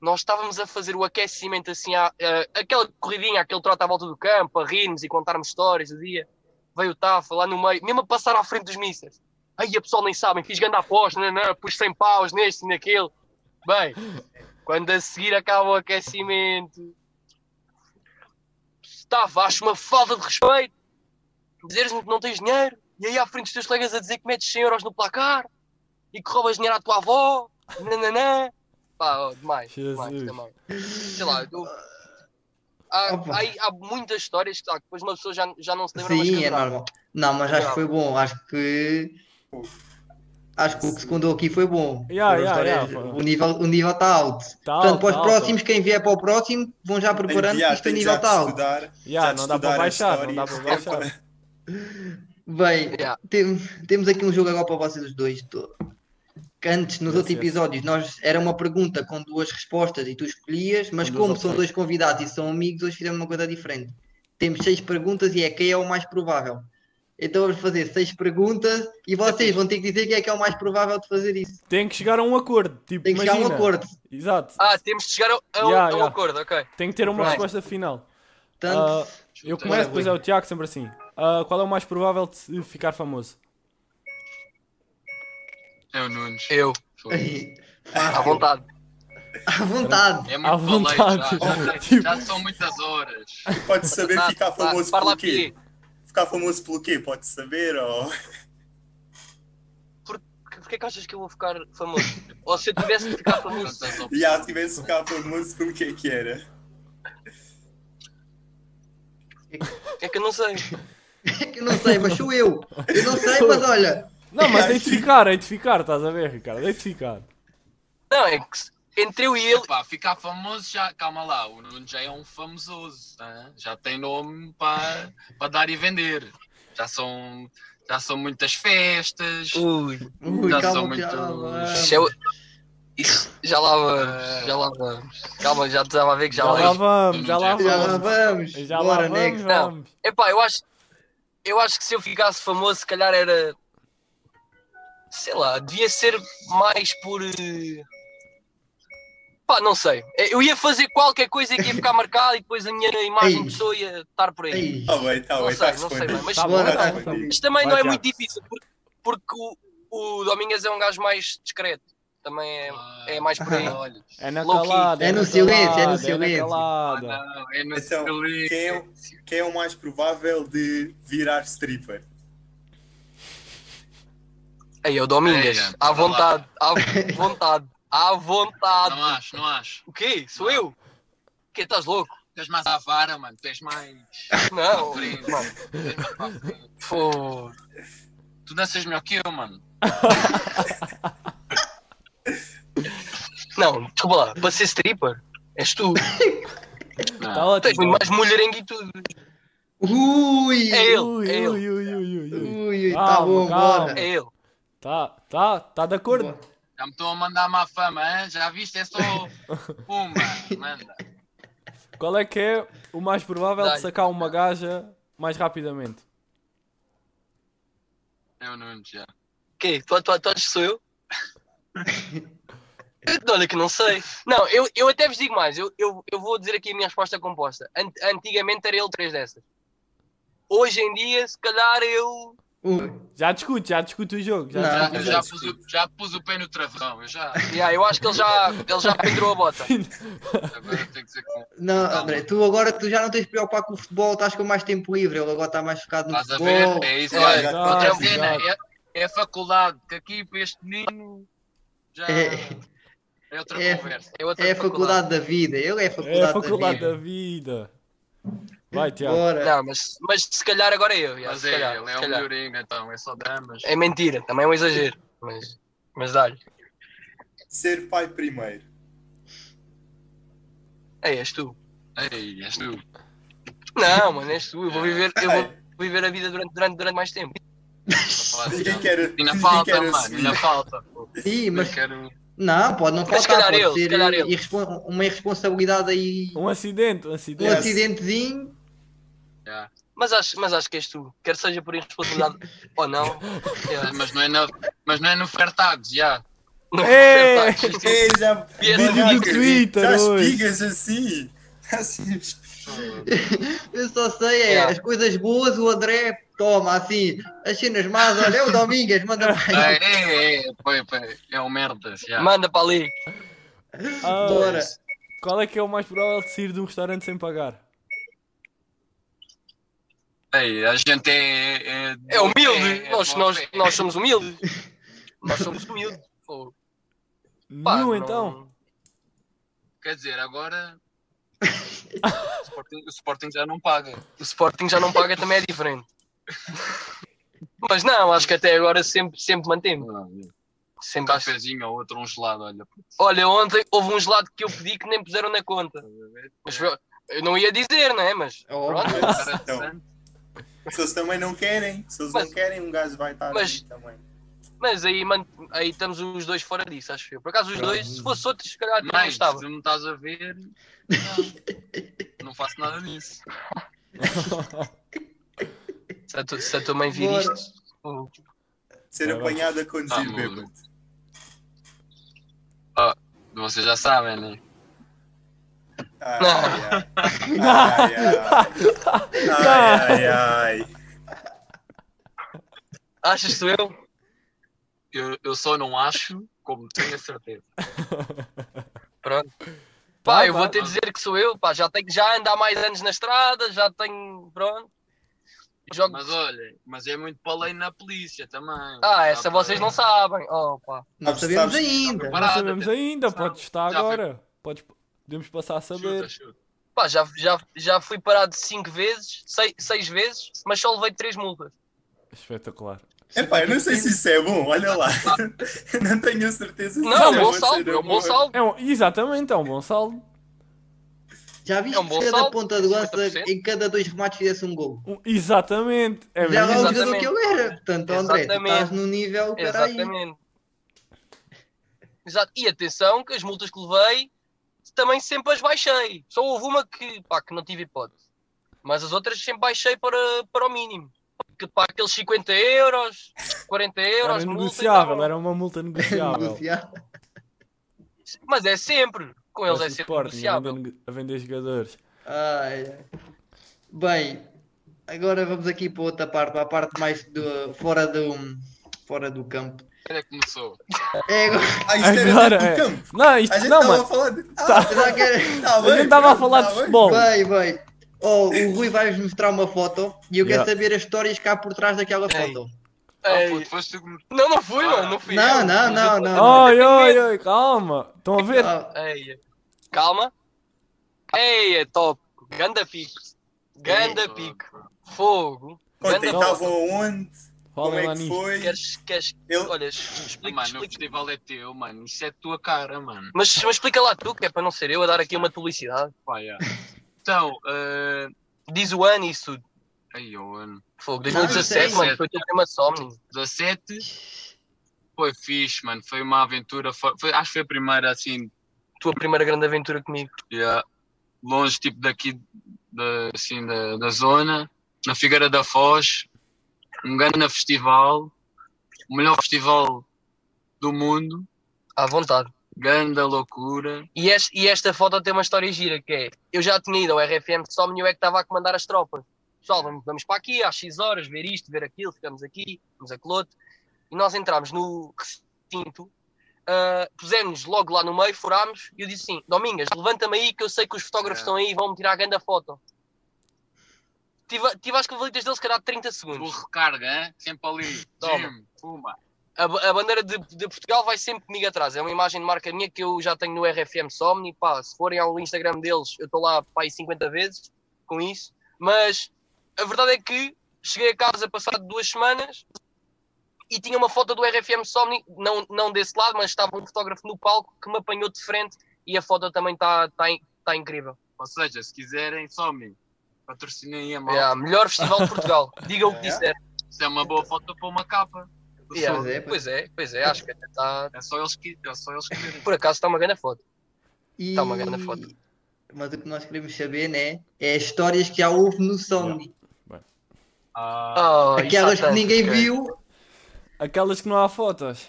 [SPEAKER 4] nós estávamos a fazer o aquecimento assim, à- eh, aquela corridinha, aquele trote à volta do campo, a rirmos e contarmos histórias do dia. Veio o Tafa lá no meio, mesmo a passar à frente dos mísseis. Aí a pessoal nem sabem, fiz grande aposta, não, não, pus 100 paus neste e naquele. Bem, quando a seguir acaba o aquecimento, Tafa, acho uma falta de respeito. Dizeres-me que não tens dinheiro, e aí à frente dos teus colegas a dizer que metes 100 euros no placar e que roubas dinheiro à tua avó, nananã. Pá, ó, demais, demais
[SPEAKER 3] Jesus.
[SPEAKER 4] também. Sei lá, eu- há,
[SPEAKER 2] Opa.
[SPEAKER 4] há, há muitas histórias que tá, que depois uma pessoa já, já não se lembra mais.
[SPEAKER 2] Sim,
[SPEAKER 4] que
[SPEAKER 2] é
[SPEAKER 4] nada.
[SPEAKER 2] normal. Não, mas acho que foi bom. Acho que. Acho que o que se contou aqui foi bom.
[SPEAKER 3] Ya,
[SPEAKER 2] Foram
[SPEAKER 3] ya,
[SPEAKER 2] histórias-
[SPEAKER 3] ya, pá.
[SPEAKER 2] o nível está alto.
[SPEAKER 3] Tá
[SPEAKER 2] Portanto,
[SPEAKER 3] alto,
[SPEAKER 2] para os
[SPEAKER 3] tá alto.
[SPEAKER 2] próximos, quem vier para o próximo, vão já
[SPEAKER 5] Tem que-
[SPEAKER 2] preparando que
[SPEAKER 5] já,
[SPEAKER 2] isto o
[SPEAKER 5] tem que
[SPEAKER 2] nível
[SPEAKER 5] já
[SPEAKER 2] está alto.
[SPEAKER 5] estudar,
[SPEAKER 3] Ya,
[SPEAKER 5] já
[SPEAKER 3] não dá
[SPEAKER 5] estudar
[SPEAKER 3] para
[SPEAKER 5] a
[SPEAKER 3] baixar, não dá para
[SPEAKER 5] história.
[SPEAKER 3] baixar.
[SPEAKER 2] Bem,
[SPEAKER 4] Yeah.
[SPEAKER 2] tem- temos aqui um jogo agora para vocês os dois. Tô- Que antes, nos
[SPEAKER 3] Yes,
[SPEAKER 2] outros
[SPEAKER 3] yes.
[SPEAKER 2] episódios, nós era uma pergunta com duas respostas e tu escolhias, mas
[SPEAKER 3] Com duas
[SPEAKER 2] como são
[SPEAKER 3] opções.
[SPEAKER 2] dois convidados e são amigos, hoje fizemos uma coisa diferente. Temos seis perguntas e é quem é o mais provável. Então vamos fazer seis perguntas e vocês vão ter que dizer quem é que é o mais provável de fazer isso.
[SPEAKER 3] Tem que chegar a um acordo, tipo,
[SPEAKER 2] Tem que chegar a um
[SPEAKER 3] imagina.
[SPEAKER 2] acordo.
[SPEAKER 3] Exato.
[SPEAKER 4] Ah, temos de chegar a, a um-
[SPEAKER 3] Yeah,
[SPEAKER 4] a um
[SPEAKER 3] yeah.
[SPEAKER 4] acordo, ok.
[SPEAKER 3] Tem que ter uma
[SPEAKER 4] Right.
[SPEAKER 3] resposta final.
[SPEAKER 2] Portanto,
[SPEAKER 3] Ah, eu começo, depois é o Tiago, sempre assim. Ah, qual é o mais provável de se ficar famoso?
[SPEAKER 1] é o Nunes.
[SPEAKER 4] Eu,
[SPEAKER 3] Ah,
[SPEAKER 5] Tá
[SPEAKER 4] à vontade.
[SPEAKER 2] à vontade.
[SPEAKER 1] É
[SPEAKER 3] À
[SPEAKER 1] muito valente,
[SPEAKER 3] vontade.
[SPEAKER 1] já,
[SPEAKER 3] Tipo-
[SPEAKER 1] já são muitas horas.
[SPEAKER 5] Pode saber
[SPEAKER 4] Tá,
[SPEAKER 5] ficar
[SPEAKER 4] tá,
[SPEAKER 5] famoso
[SPEAKER 4] parla
[SPEAKER 5] pelo quê?
[SPEAKER 4] aqui.
[SPEAKER 5] Ficar famoso pelo quê? Pode saber? Ou...
[SPEAKER 4] Que- Porquê que achas que eu vou ficar famoso? Ou se eu tivesse de ficar famoso?
[SPEAKER 1] Tantas opções.
[SPEAKER 5] Já se tivesse ficar famoso, pelo que que era?
[SPEAKER 4] É que eu não sei.
[SPEAKER 2] É Eu não sei, mas sou eu. Eu não sei, mas olha.
[SPEAKER 3] Não, mas tem de ficar, tem de ficar, estás a ver, Ricardo? Tem de ficar.
[SPEAKER 4] Não, é que se- entre eu e ele,
[SPEAKER 1] Epá, ficar famoso já, calma lá, o Nunes já é um famoso, né? já tem nome para para dar e vender. Já são, já são muitas festas,
[SPEAKER 4] ui,
[SPEAKER 2] Ui,
[SPEAKER 1] já são
[SPEAKER 2] calma,
[SPEAKER 1] muitos.
[SPEAKER 2] Tiago.
[SPEAKER 4] isso é o- isso- já lá vamos, já lá vamos. Calma, já estava a ver que já,
[SPEAKER 3] Já
[SPEAKER 4] lá
[SPEAKER 3] lá
[SPEAKER 4] vamos.
[SPEAKER 3] vamos, já lá
[SPEAKER 2] Já lá
[SPEAKER 3] vamos.
[SPEAKER 2] vamos.
[SPEAKER 3] Já lá
[SPEAKER 2] Bora,
[SPEAKER 3] vamos,
[SPEAKER 2] next.
[SPEAKER 4] Não.
[SPEAKER 3] vamos.
[SPEAKER 4] Epá, eu acho, eu acho que se eu ficasse famoso, se calhar era. Sei lá, devia ser mais por. eh, Pá, não sei. Eh, Eu ia fazer qualquer coisa que ia ficar marcada e depois a minha imagem
[SPEAKER 2] Ei.
[SPEAKER 4] de pessoa ia estar por aí.
[SPEAKER 2] Ei.
[SPEAKER 5] Tá bem, tá
[SPEAKER 4] Não
[SPEAKER 5] bem,
[SPEAKER 4] sei,
[SPEAKER 5] está
[SPEAKER 4] não sei,
[SPEAKER 5] respondido.
[SPEAKER 4] mas-
[SPEAKER 5] Tá
[SPEAKER 2] Bora,
[SPEAKER 5] bom, tá
[SPEAKER 2] tá
[SPEAKER 3] bom.
[SPEAKER 5] respondido.
[SPEAKER 4] Isto também
[SPEAKER 3] Vai,
[SPEAKER 4] não é
[SPEAKER 3] Tiago.
[SPEAKER 4] muito difícil, porque, porque o, o Domingas é um gajo mais discreto. Também é,
[SPEAKER 1] Ah,
[SPEAKER 4] é mais por aí.
[SPEAKER 1] Olha,
[SPEAKER 3] É na
[SPEAKER 4] Low key.
[SPEAKER 3] calada.
[SPEAKER 2] É no
[SPEAKER 3] na
[SPEAKER 2] silêncio,
[SPEAKER 3] calada,
[SPEAKER 2] é no
[SPEAKER 3] É
[SPEAKER 2] silêncio.
[SPEAKER 3] na calada.
[SPEAKER 1] não, é no
[SPEAKER 5] Então,
[SPEAKER 1] Silêncio.
[SPEAKER 5] quem é, o- quem é o mais provável de virar stripper?
[SPEAKER 4] Aí, o Domingas,
[SPEAKER 1] Ei,
[SPEAKER 4] à
[SPEAKER 1] não
[SPEAKER 4] vontade, à vontade, à vontade.
[SPEAKER 1] Não acho, não acho.
[SPEAKER 4] O quê? Sou eu? O quê? Estás tá louco?
[SPEAKER 1] Tu és mais à vara, mano. Tu és mais.
[SPEAKER 4] Não,
[SPEAKER 1] Sim.
[SPEAKER 4] mano.
[SPEAKER 1] tu és mais para a frente.
[SPEAKER 4] Pô,
[SPEAKER 1] Tu danças melhor que eu, mano.
[SPEAKER 4] Não, desculpa lá, para ser stripper, és tu.
[SPEAKER 3] Tá
[SPEAKER 1] Não.
[SPEAKER 4] Tens muito
[SPEAKER 3] ótimo.
[SPEAKER 4] mais mulherengo e tudo.
[SPEAKER 2] Ui!
[SPEAKER 4] É ele,
[SPEAKER 3] Ui,
[SPEAKER 4] é ele,
[SPEAKER 3] ui, ui, ui, ui, ui.
[SPEAKER 2] Ui, tá
[SPEAKER 3] Calma,
[SPEAKER 2] bom,
[SPEAKER 3] calma.
[SPEAKER 2] bora.
[SPEAKER 4] é ele.
[SPEAKER 3] Tá, tá, tá de acordo.
[SPEAKER 1] Já me estão a mandar má fama, hein? Já viste? É só uma. Manda.
[SPEAKER 3] Qual é que é o mais provável de
[SPEAKER 4] Dá-lhe.
[SPEAKER 3] sacar uma gaja mais rapidamente?
[SPEAKER 1] Eu não É já.
[SPEAKER 4] Quê? Tu, tu, tu achas que sou eu? Eu- Olha que não sei. Não, eu, eu até vos digo mais. Eu, eu, eu vou dizer aqui a minha resposta composta. Ant- antigamente era ele três dessas. Hoje em dia, se calhar eu.
[SPEAKER 2] Ui.
[SPEAKER 3] Já discute, já discute o jogo. Já
[SPEAKER 2] Não.
[SPEAKER 3] discute.
[SPEAKER 1] Já,
[SPEAKER 4] Ah,
[SPEAKER 1] eu
[SPEAKER 4] é
[SPEAKER 1] já, pus o, já pus o pé no travão. Eu já.
[SPEAKER 4] Yeah, eu acho que ele já, ele já pendurou a bota.
[SPEAKER 1] Agora tenho que ser com.
[SPEAKER 2] Não,
[SPEAKER 1] Calma.
[SPEAKER 2] André, tu agora tu já não tens de preocupar com o futebol, estás com mais tempo livre, ele agora está mais focado no
[SPEAKER 1] Estás a
[SPEAKER 2] futebol.
[SPEAKER 1] ver? É isso,
[SPEAKER 4] É,
[SPEAKER 1] olha.
[SPEAKER 5] já-
[SPEAKER 1] Outra
[SPEAKER 3] Exato,
[SPEAKER 1] cena
[SPEAKER 2] né?
[SPEAKER 3] exato.
[SPEAKER 1] é, é a faculdade, que aqui para este menino já
[SPEAKER 2] É.
[SPEAKER 1] é outra
[SPEAKER 2] É.
[SPEAKER 1] conversa.
[SPEAKER 4] É, outra
[SPEAKER 2] É a faculdade da vida, ele é a faculdade,
[SPEAKER 3] É a faculdade
[SPEAKER 2] da vida.
[SPEAKER 3] da vida. Vai, Tiago.
[SPEAKER 2] Bora.
[SPEAKER 4] Não, mas, mas se calhar agora é eu. yeah,
[SPEAKER 1] Mas
[SPEAKER 4] se
[SPEAKER 1] é,
[SPEAKER 4] calhar,
[SPEAKER 1] ele
[SPEAKER 4] se
[SPEAKER 1] é um
[SPEAKER 4] calhar.
[SPEAKER 1] melhorinho, então, é só damas.
[SPEAKER 4] É mentira, também é um exagero. Mas, mas dá-lhe.
[SPEAKER 5] Ser pai primeiro.
[SPEAKER 4] Ei, és tu.
[SPEAKER 1] Ei, és tu.
[SPEAKER 4] Não, mano, és tu. Eu vou viver, eu vou viver a vida durante, durante, durante mais tempo.
[SPEAKER 5] Ninguém quer,
[SPEAKER 1] Ah, assim, Ainda
[SPEAKER 5] ninguém quer
[SPEAKER 1] falta,
[SPEAKER 5] assim.
[SPEAKER 1] mano,
[SPEAKER 5] assumir.
[SPEAKER 4] assim.
[SPEAKER 1] ainda falta. pô.
[SPEAKER 2] Sim,
[SPEAKER 1] Eu
[SPEAKER 2] mas
[SPEAKER 1] quero. um,
[SPEAKER 2] não, pode não
[SPEAKER 4] Mas se
[SPEAKER 2] faltar,
[SPEAKER 4] calhar
[SPEAKER 2] pode
[SPEAKER 4] ele, se
[SPEAKER 2] ser
[SPEAKER 4] calhar ele.
[SPEAKER 2] irrespon- uma irresponsabilidade aí, um
[SPEAKER 3] Um acidente, um acidente.
[SPEAKER 5] Yes.
[SPEAKER 2] acidentezinho.
[SPEAKER 1] já.
[SPEAKER 4] Mas acho, mas acho que és tu. Quer seja por irresponsabilidade ou não. é,
[SPEAKER 1] Mas não é no, mas não é no Fertados, já.
[SPEAKER 4] não
[SPEAKER 3] Ei!
[SPEAKER 4] Pá, isto é-
[SPEAKER 5] Ei, já
[SPEAKER 4] Vídeo do
[SPEAKER 5] Caraca,
[SPEAKER 3] Twitter
[SPEAKER 5] já
[SPEAKER 3] hoje.
[SPEAKER 5] espigas assim. Assim,
[SPEAKER 2] Eu só sei é,
[SPEAKER 4] Yeah.
[SPEAKER 2] as coisas boas, o André toma assim, as cenas más, olha, é o Domingas, manda para aí.
[SPEAKER 1] É, é, é, foi, foi, é um merda, já.
[SPEAKER 4] Manda para ali.
[SPEAKER 3] Ah,
[SPEAKER 2] Bora.
[SPEAKER 3] Qual é que é o mais provável de sair de um restaurante sem pagar?
[SPEAKER 1] Ei, a gente é. É,
[SPEAKER 4] É humilde.
[SPEAKER 1] é- é
[SPEAKER 4] nós,
[SPEAKER 1] bom-
[SPEAKER 4] nós,
[SPEAKER 1] é-
[SPEAKER 4] nós somos humildes. Nós somos humildes. Pô, pá,
[SPEAKER 3] Nenhum,
[SPEAKER 4] não-
[SPEAKER 3] então.
[SPEAKER 1] Quer dizer, agora. o, Sporting, o Sporting já não paga.
[SPEAKER 4] O Sporting já não paga, também é diferente. Mas não, acho que até agora sempre, sempre mantemos.
[SPEAKER 1] Um
[SPEAKER 4] Sempre acho.
[SPEAKER 1] cafezinho ou outro, um gelado, olha.
[SPEAKER 4] Olha, ontem houve um gelado que eu pedi que nem puseram na conta. Mas foi- eu não ia dizer, né? Mas
[SPEAKER 2] Oh,
[SPEAKER 4] pronto.
[SPEAKER 1] Cara,
[SPEAKER 5] Então.
[SPEAKER 1] tanto.
[SPEAKER 5] se eles também não querem, se eles
[SPEAKER 4] Mas-
[SPEAKER 5] não querem, um gajo vai estar
[SPEAKER 4] mas-
[SPEAKER 5] ali também.
[SPEAKER 4] Mas aí, man- aí estamos os dois fora disso, acho eu. Por acaso os
[SPEAKER 2] Pronto.
[SPEAKER 4] dois, se fosse outros, se calhar até não
[SPEAKER 1] Mãe, se
[SPEAKER 4] estava.
[SPEAKER 1] tu me estás a ver. Não,
[SPEAKER 4] então.
[SPEAKER 1] não faço nada disso.
[SPEAKER 4] Se a, tu, se a tua mãe vir
[SPEAKER 2] Bora.
[SPEAKER 4] isto. pô,
[SPEAKER 5] Ser
[SPEAKER 3] Vai, vai.
[SPEAKER 5] apanhado a conduzir
[SPEAKER 1] Ah,
[SPEAKER 5] bêbado.
[SPEAKER 1] Vocês já sabem, né?
[SPEAKER 5] Ai,
[SPEAKER 4] Não.
[SPEAKER 5] ai, ai. Ai, ai, ai.
[SPEAKER 4] Achas que sou eu?
[SPEAKER 1] Eu, eu só não acho, como tenho a certeza.
[SPEAKER 4] Pronto. Pá,
[SPEAKER 3] Tá,
[SPEAKER 4] eu
[SPEAKER 3] tá,
[SPEAKER 4] vou ter
[SPEAKER 1] tá.
[SPEAKER 4] de dizer que sou eu, pá, já tenho já ando há mais anos na estrada, já tenho. Pronto. Jogo.
[SPEAKER 1] Mas olha, mas é muito para além na polícia também.
[SPEAKER 4] Ah, essa
[SPEAKER 1] Dá para-
[SPEAKER 4] vocês não sabem. Oh, pá.
[SPEAKER 2] não
[SPEAKER 5] Sabes-
[SPEAKER 2] sabemos
[SPEAKER 5] sabes-
[SPEAKER 2] ainda.
[SPEAKER 1] Para-
[SPEAKER 3] Não
[SPEAKER 1] Parada,
[SPEAKER 3] sabemos
[SPEAKER 4] né?
[SPEAKER 1] até-
[SPEAKER 3] ainda,
[SPEAKER 1] já-
[SPEAKER 3] podes estar
[SPEAKER 1] já foi.
[SPEAKER 3] agora. Podes, podemos passar a
[SPEAKER 1] Chuta,
[SPEAKER 3] saber.
[SPEAKER 1] chuta.
[SPEAKER 4] Pá, já, já, já fui parado cinco vezes, sei- seis vezes, mas só levei três multas.
[SPEAKER 3] Espetacular.
[SPEAKER 5] Epá, eu não sei se isso é bom, olha lá. Eu não tenho a certeza se
[SPEAKER 4] Não,
[SPEAKER 5] isso
[SPEAKER 4] é um bom
[SPEAKER 5] uma
[SPEAKER 4] saldo,
[SPEAKER 5] cena
[SPEAKER 4] é um bom
[SPEAKER 5] boa.
[SPEAKER 4] saldo.
[SPEAKER 3] É um- exatamente, é um bom saldo.
[SPEAKER 2] Já viste
[SPEAKER 4] É um bom
[SPEAKER 2] que cada
[SPEAKER 4] salto,
[SPEAKER 2] ponta de lança
[SPEAKER 4] 50%.
[SPEAKER 2] em cada dois remates fizesse um gol?
[SPEAKER 3] Um- exatamente. É
[SPEAKER 2] Já lá o
[SPEAKER 3] mesmo.
[SPEAKER 4] Exatamente.
[SPEAKER 2] jogador que eu era. Portanto, André, tu
[SPEAKER 4] Exatamente.
[SPEAKER 2] estás num nível, peraí.
[SPEAKER 4] Exatamente. Exato. E atenção que as multas que levei também sempre as baixei. Só houve uma que, pá, que não tive hipótese. Mas as outras sempre baixei para, para o mínimo. Que pá, aqueles 50 euros, 40 euros,
[SPEAKER 3] Era
[SPEAKER 4] de multa,
[SPEAKER 3] negociável,
[SPEAKER 4] então-
[SPEAKER 3] era uma multa negociável.
[SPEAKER 2] Negociar.
[SPEAKER 4] Mas é sempre. Com eles
[SPEAKER 3] Parece
[SPEAKER 4] é
[SPEAKER 3] o
[SPEAKER 4] sempre
[SPEAKER 3] Sporting, a
[SPEAKER 4] negociável.
[SPEAKER 3] vender, a vender jogadores.
[SPEAKER 2] Ai, ai. Bem, agora vamos aqui para outra parte, para a parte mais do, fora, do, fora do campo.
[SPEAKER 1] Quando é que começou?
[SPEAKER 2] É agora.
[SPEAKER 5] Ah, isto era
[SPEAKER 3] Agora
[SPEAKER 5] dentro do
[SPEAKER 3] é.
[SPEAKER 5] campo.
[SPEAKER 3] Não,
[SPEAKER 5] A
[SPEAKER 3] isto
[SPEAKER 5] gente
[SPEAKER 3] não,
[SPEAKER 2] então
[SPEAKER 5] tava
[SPEAKER 3] mano.
[SPEAKER 5] a falar de. Ah,
[SPEAKER 2] Eu já quero-
[SPEAKER 5] tá
[SPEAKER 3] A
[SPEAKER 5] bem,
[SPEAKER 3] gente tava a
[SPEAKER 5] pronto,
[SPEAKER 3] falar
[SPEAKER 5] tá
[SPEAKER 3] de
[SPEAKER 5] bem.
[SPEAKER 3] futebol.
[SPEAKER 2] Vai, vai. Oh, o Rui vai-vos mostrar uma foto e eu quero
[SPEAKER 3] Yeah.
[SPEAKER 2] saber as histórias que há por trás daquela
[SPEAKER 4] Ei.
[SPEAKER 2] foto.
[SPEAKER 1] Ah,
[SPEAKER 4] Ei,
[SPEAKER 1] puto, foste tu que me.
[SPEAKER 4] Não, não fui, mano, não fui.
[SPEAKER 2] Não,
[SPEAKER 4] eu.
[SPEAKER 2] não, não, não.
[SPEAKER 3] Oi, oi, oi, calma. Estão a ver?
[SPEAKER 2] Ah,
[SPEAKER 4] Ei, é calma. Ei, é top. Ganda pico.
[SPEAKER 2] é
[SPEAKER 4] Ganda pico.
[SPEAKER 1] Ah,
[SPEAKER 4] Fogo.
[SPEAKER 5] Contem,
[SPEAKER 4] Ganda pico.
[SPEAKER 5] estavam onde? Como
[SPEAKER 3] Falem
[SPEAKER 5] é
[SPEAKER 3] lá
[SPEAKER 5] que
[SPEAKER 3] nisto.
[SPEAKER 5] foi?
[SPEAKER 4] Queres, queres,
[SPEAKER 5] Eu-
[SPEAKER 4] olha, explica,
[SPEAKER 1] Mano, o
[SPEAKER 4] explica.
[SPEAKER 1] festival é teu, mano. Isso é tua cara, mano.
[SPEAKER 4] Mas, mas explica lá tu, que é para não ser eu a dar aqui uma publicidade.
[SPEAKER 1] Pá, yeah. Então, eh, oh,
[SPEAKER 4] Diz o ano e isso tudo.
[SPEAKER 1] aí, o ano.
[SPEAKER 4] Fogo,
[SPEAKER 2] Ah,
[SPEAKER 4] 2017,
[SPEAKER 2] isso
[SPEAKER 1] aí.
[SPEAKER 4] mano, foi teu tema somni.
[SPEAKER 1] 17 foi fixe, mano. Foi uma aventura. fo- foi- acho que foi a primeira, assim,
[SPEAKER 4] Tua primeira grande aventura comigo.
[SPEAKER 1] yeah, longe, tipo, daqui, da- assim, da, da zona. Na Figueira da Foz. Um grande festival. O melhor festival do mundo.
[SPEAKER 4] À vontade.
[SPEAKER 1] Grande loucura.
[SPEAKER 4] E, este- e esta foto tem uma história gira, que é... Eu já tinha ido ao RFM, só eu é que estava a comandar as tropas. Pessoal, vamos, vamos para aqui às X horas, ver isto, ver aquilo, ficamos aqui, vamos a outro. E nós entramos no recinto, ah, pusemos logo lá no meio, furámos, e eu disse assim, Domingas, levanta-me aí que eu sei que os fotógrafos
[SPEAKER 1] É.
[SPEAKER 4] estão aí e vão-me tirar a grande foto. Tive, tive as cavalitas deles, se calhar, 30
[SPEAKER 1] Full
[SPEAKER 4] segundos.
[SPEAKER 1] recarga, hein? Sempre ali.
[SPEAKER 4] Toma.
[SPEAKER 1] Jim, fuma.
[SPEAKER 4] A, ba- a bandeira de, de Portugal vai sempre comigo atrás. É uma imagem de marca minha que eu já tenho no RFM Somni. Pá, se forem ao Instagram deles, eu estou lá pá, aí 50 vezes com isso. Mas a verdade é que cheguei a casa passado duas semanas e tinha uma foto do RFM Somni, não, não desse lado, mas estava um fotógrafo no palco que me apanhou de frente e a foto também está tá, in- tá incrível.
[SPEAKER 1] Ou seja, se quiserem, somem. Patrocinem a mal.
[SPEAKER 4] É, a melhor festival de Portugal. Diga o que
[SPEAKER 5] É?
[SPEAKER 4] disser.
[SPEAKER 1] Isso é uma boa foto para uma capa. Do
[SPEAKER 4] Yeah.
[SPEAKER 1] som.
[SPEAKER 2] Pois é, pois.
[SPEAKER 4] Pois é, pois é, acho que até está.
[SPEAKER 1] É só eles que é só eles que verem.
[SPEAKER 4] Por acaso está uma grande foto.
[SPEAKER 2] Ah, E...
[SPEAKER 4] Tá uma grande foto.
[SPEAKER 2] Mas o que nós queremos saber, né? É as histórias que já houve no Sony.
[SPEAKER 1] Ah,
[SPEAKER 4] Oh, isso há
[SPEAKER 2] Aquelas É que
[SPEAKER 4] tanto,
[SPEAKER 2] ninguém
[SPEAKER 4] ok.
[SPEAKER 2] viu.
[SPEAKER 3] Aquelas que não há fotos.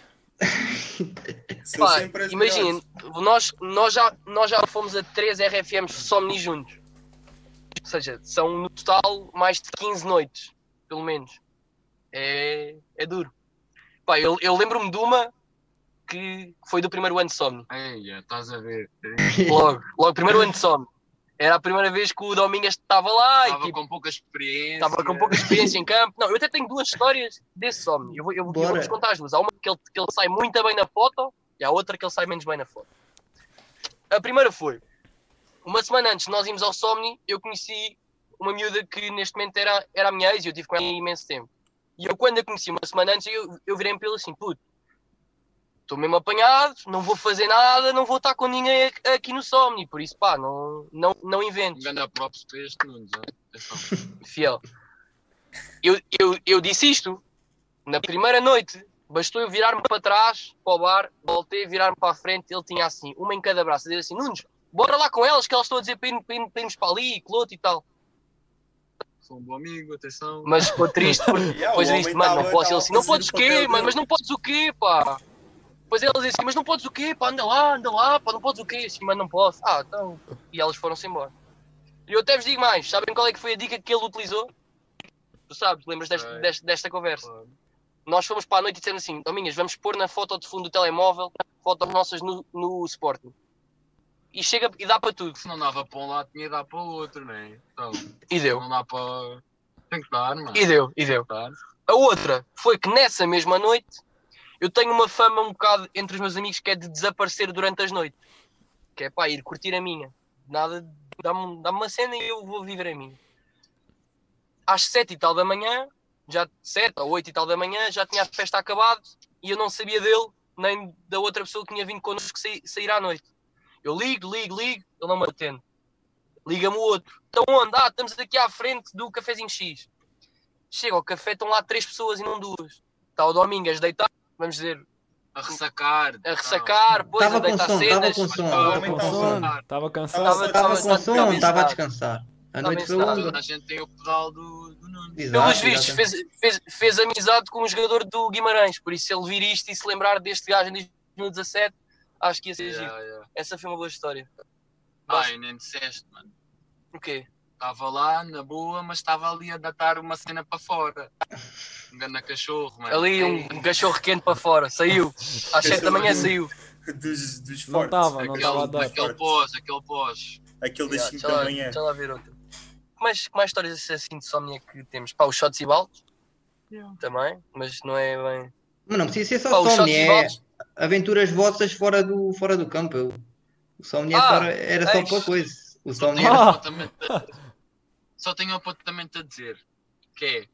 [SPEAKER 5] São
[SPEAKER 4] Pá,
[SPEAKER 5] sempre as
[SPEAKER 4] imagina,
[SPEAKER 5] melhores.
[SPEAKER 4] nós, nós, já, nós já fomos a 3 RFMs somni juntos. Ou seja, são no total mais de 15 noites, pelo menos. É, é duro. Pá, eu, eu lembro-me de uma que foi do primeiro ano de somni.
[SPEAKER 1] Ah, ei, é, estás a ver.
[SPEAKER 4] Logo, logo primeiro ano de somni. Era a primeira vez que o Domingas estava lá e
[SPEAKER 1] Estava
[SPEAKER 4] tipo,
[SPEAKER 1] com pouca experiência.
[SPEAKER 4] estava com pouca experiência em campo. Não, eu até tenho duas histórias desse somni. Eu, vou- eu, vou- eu
[SPEAKER 2] Bora.
[SPEAKER 4] vou-vos contar as duas. Há uma que ele, que ele sai muito bem na foto e há outra que ele sai menos bem na foto. A primeira foi, uma semana antes de nós irmos ao Somni, eu conheci uma miúda que neste momento era, era a minha ex e eu tive com ela imenso tempo. E eu quando a conheci uma semana antes, eu, eu virei pelo assim, puto, estou mesmo apanhado, não vou fazer nada, não vou estar com ninguém a- aqui no Somni, por isso pá, não, não, não
[SPEAKER 1] Um
[SPEAKER 4] inventes
[SPEAKER 1] grande props para este mundo. Atenção.
[SPEAKER 4] fiel. Eu, eu, eu disse isto na primeira noite. Bastou eu virar-me para trás, para o bar, voltei a virar-me para a frente. Ele tinha assim, uma em cada braço, a dizer assim: Nunes, bora lá com elas, que elas estão a dizer para, ir, para, ir- para irmos para ali, e cloto e tal.
[SPEAKER 1] Sou um bom amigo, atenção.
[SPEAKER 4] Mas ficou triste, porque
[SPEAKER 5] Yeah, É, o
[SPEAKER 4] depois eu
[SPEAKER 5] homem
[SPEAKER 4] disse:
[SPEAKER 5] tá
[SPEAKER 4] é, Mano, não
[SPEAKER 5] tava-
[SPEAKER 4] posso.
[SPEAKER 5] tava
[SPEAKER 4] Ele disse: Não
[SPEAKER 5] fazendo
[SPEAKER 4] podes o
[SPEAKER 5] o papel
[SPEAKER 4] quê,
[SPEAKER 5] dele.
[SPEAKER 4] mano, mas não podes o quê, pá. Depois elas disse Mas não podes o quê, pá, anda lá, anda lá, pá, não podes o quê, Eu disse, mas não posso. Ah, então. E elas foram-se embora. E eu até vos digo mais: sabem qual é que foi a dica que ele utilizou? Tu sabes, lembras deste-
[SPEAKER 1] Ok.
[SPEAKER 4] deste- desta conversa?
[SPEAKER 1] Claro.
[SPEAKER 4] nós fomos para a noite e dissemos assim: Domingas, vamos pôr na foto de fundo do telemóvel fotos nossas no, no Sporting. E chega e dá para tudo.
[SPEAKER 1] Se não dava para um lado, tinha de dar para o outro, né? Então,
[SPEAKER 4] E deu,
[SPEAKER 1] não dá para. Tem que dar, mano.
[SPEAKER 4] e deu, e deu.
[SPEAKER 1] Claro.
[SPEAKER 4] A outra foi que nessa mesma noite eu tenho uma fama um bocado entre os meus amigos que é de desaparecer durante as noites. Que é pá, ir curtir a minha. Nada, dá-me dá uma cena e eu vou viver a minha. Às sete e tal da manhã, já sete ou oito e tal da manhã, já tinha a festa acabado e eu não sabia dele nem da outra pessoa que tinha vindo connosco sair, sair à noite. Eu ligo, ligo, ligo, ele não me atende. Liga-me o outro. Então onde? Ah, estamos aqui à frente do cafezinho X chega ao café, estão lá três pessoas e não duas. Está o Domingas deitado, vamos dizer,
[SPEAKER 1] A ressacar.
[SPEAKER 4] a ressacar, pois a
[SPEAKER 2] Estava com
[SPEAKER 4] deitar
[SPEAKER 2] som, estava
[SPEAKER 4] cenas.
[SPEAKER 2] com som,
[SPEAKER 1] Ah,
[SPEAKER 2] estava com
[SPEAKER 5] então,
[SPEAKER 2] som.
[SPEAKER 1] mano.
[SPEAKER 3] Estava cansado.
[SPEAKER 5] Tava-
[SPEAKER 2] Estava
[SPEAKER 5] Tava
[SPEAKER 2] com som,
[SPEAKER 4] bem
[SPEAKER 2] estava a
[SPEAKER 4] estado.
[SPEAKER 2] descansar. A
[SPEAKER 4] Tava né? Então,
[SPEAKER 2] noite foi
[SPEAKER 4] bem
[SPEAKER 1] Toda
[SPEAKER 2] longa.
[SPEAKER 1] a gente tem o pedal do, do Nuno.
[SPEAKER 4] Pelos
[SPEAKER 2] Exato,
[SPEAKER 4] vistos,
[SPEAKER 2] exato.
[SPEAKER 4] fez, fez, fez amizade com um jogador do Guimarães, por isso se ele vir isto e se lembrar deste gajo em 2017, acho que ia ser giro.
[SPEAKER 1] Yeah, yeah.
[SPEAKER 4] Essa foi uma boa história.
[SPEAKER 1] Ai, nem disseste, mano.
[SPEAKER 4] Porquê?
[SPEAKER 1] Estava lá, na boa, mas estava ali a datar uma cena para fora. Um ganda cachorro, mano.
[SPEAKER 4] Ali
[SPEAKER 5] é
[SPEAKER 4] um cachorro quente para fora, saiu. Às 7 da manhã saiu.
[SPEAKER 5] é Dos, dos fortes.
[SPEAKER 3] Não tava, não
[SPEAKER 1] Aquele,
[SPEAKER 3] estava a dar.
[SPEAKER 1] aquele pós, aquele pós.
[SPEAKER 5] Aquele das
[SPEAKER 4] Yeah,
[SPEAKER 5] 5
[SPEAKER 4] deixa
[SPEAKER 5] da
[SPEAKER 4] lá-
[SPEAKER 5] manhã.
[SPEAKER 4] deixa lá ver outra. Que mais, que mais histórias assim de somnia que temos? Pá, os shots e baldes. Também, mas não é bem.
[SPEAKER 2] Mas não precisa ser
[SPEAKER 4] Pá,
[SPEAKER 2] só
[SPEAKER 4] os shots
[SPEAKER 2] Somni,
[SPEAKER 4] e
[SPEAKER 2] é
[SPEAKER 4] baldes.
[SPEAKER 2] aventuras vossas fora do, fora do campo. Eu- O Somni é
[SPEAKER 4] Ah,
[SPEAKER 2] fora- era só
[SPEAKER 4] é
[SPEAKER 2] para
[SPEAKER 4] isso.
[SPEAKER 2] coisa. O Somni
[SPEAKER 1] Tenho
[SPEAKER 4] Oh!
[SPEAKER 2] era.
[SPEAKER 3] Ah.
[SPEAKER 1] apontamento a dizer. Só tenho um apontamento a dizer. Que é.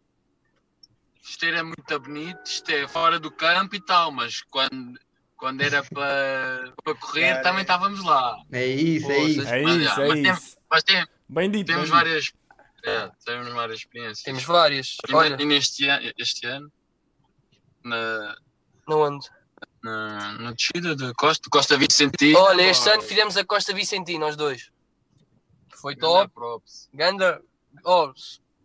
[SPEAKER 1] Isto era muito bonito, isto é fora do campo e tal, mas quando, quando era para para correr
[SPEAKER 5] Cara,
[SPEAKER 1] também
[SPEAKER 5] é.
[SPEAKER 1] estávamos lá.
[SPEAKER 4] Ah,
[SPEAKER 2] É isso, é
[SPEAKER 4] Poças.
[SPEAKER 2] isso.
[SPEAKER 3] É
[SPEAKER 1] Mas,
[SPEAKER 3] isso,
[SPEAKER 1] já,
[SPEAKER 3] é
[SPEAKER 1] mas tem-
[SPEAKER 3] isso.
[SPEAKER 1] Mas tem-
[SPEAKER 3] Bem dito.
[SPEAKER 1] temos
[SPEAKER 3] bem dito.
[SPEAKER 1] várias. é, temos várias experiências.
[SPEAKER 4] Temos várias.
[SPEAKER 1] E,
[SPEAKER 4] Olha,
[SPEAKER 1] e neste ano, este ano na,
[SPEAKER 4] não ando.
[SPEAKER 1] na, na descida de Costa, Costa Vicente.
[SPEAKER 4] Olha, Oh, né, este ano fizemos a Costa Vicentim, nós dois. Foi top. Ganda, oh,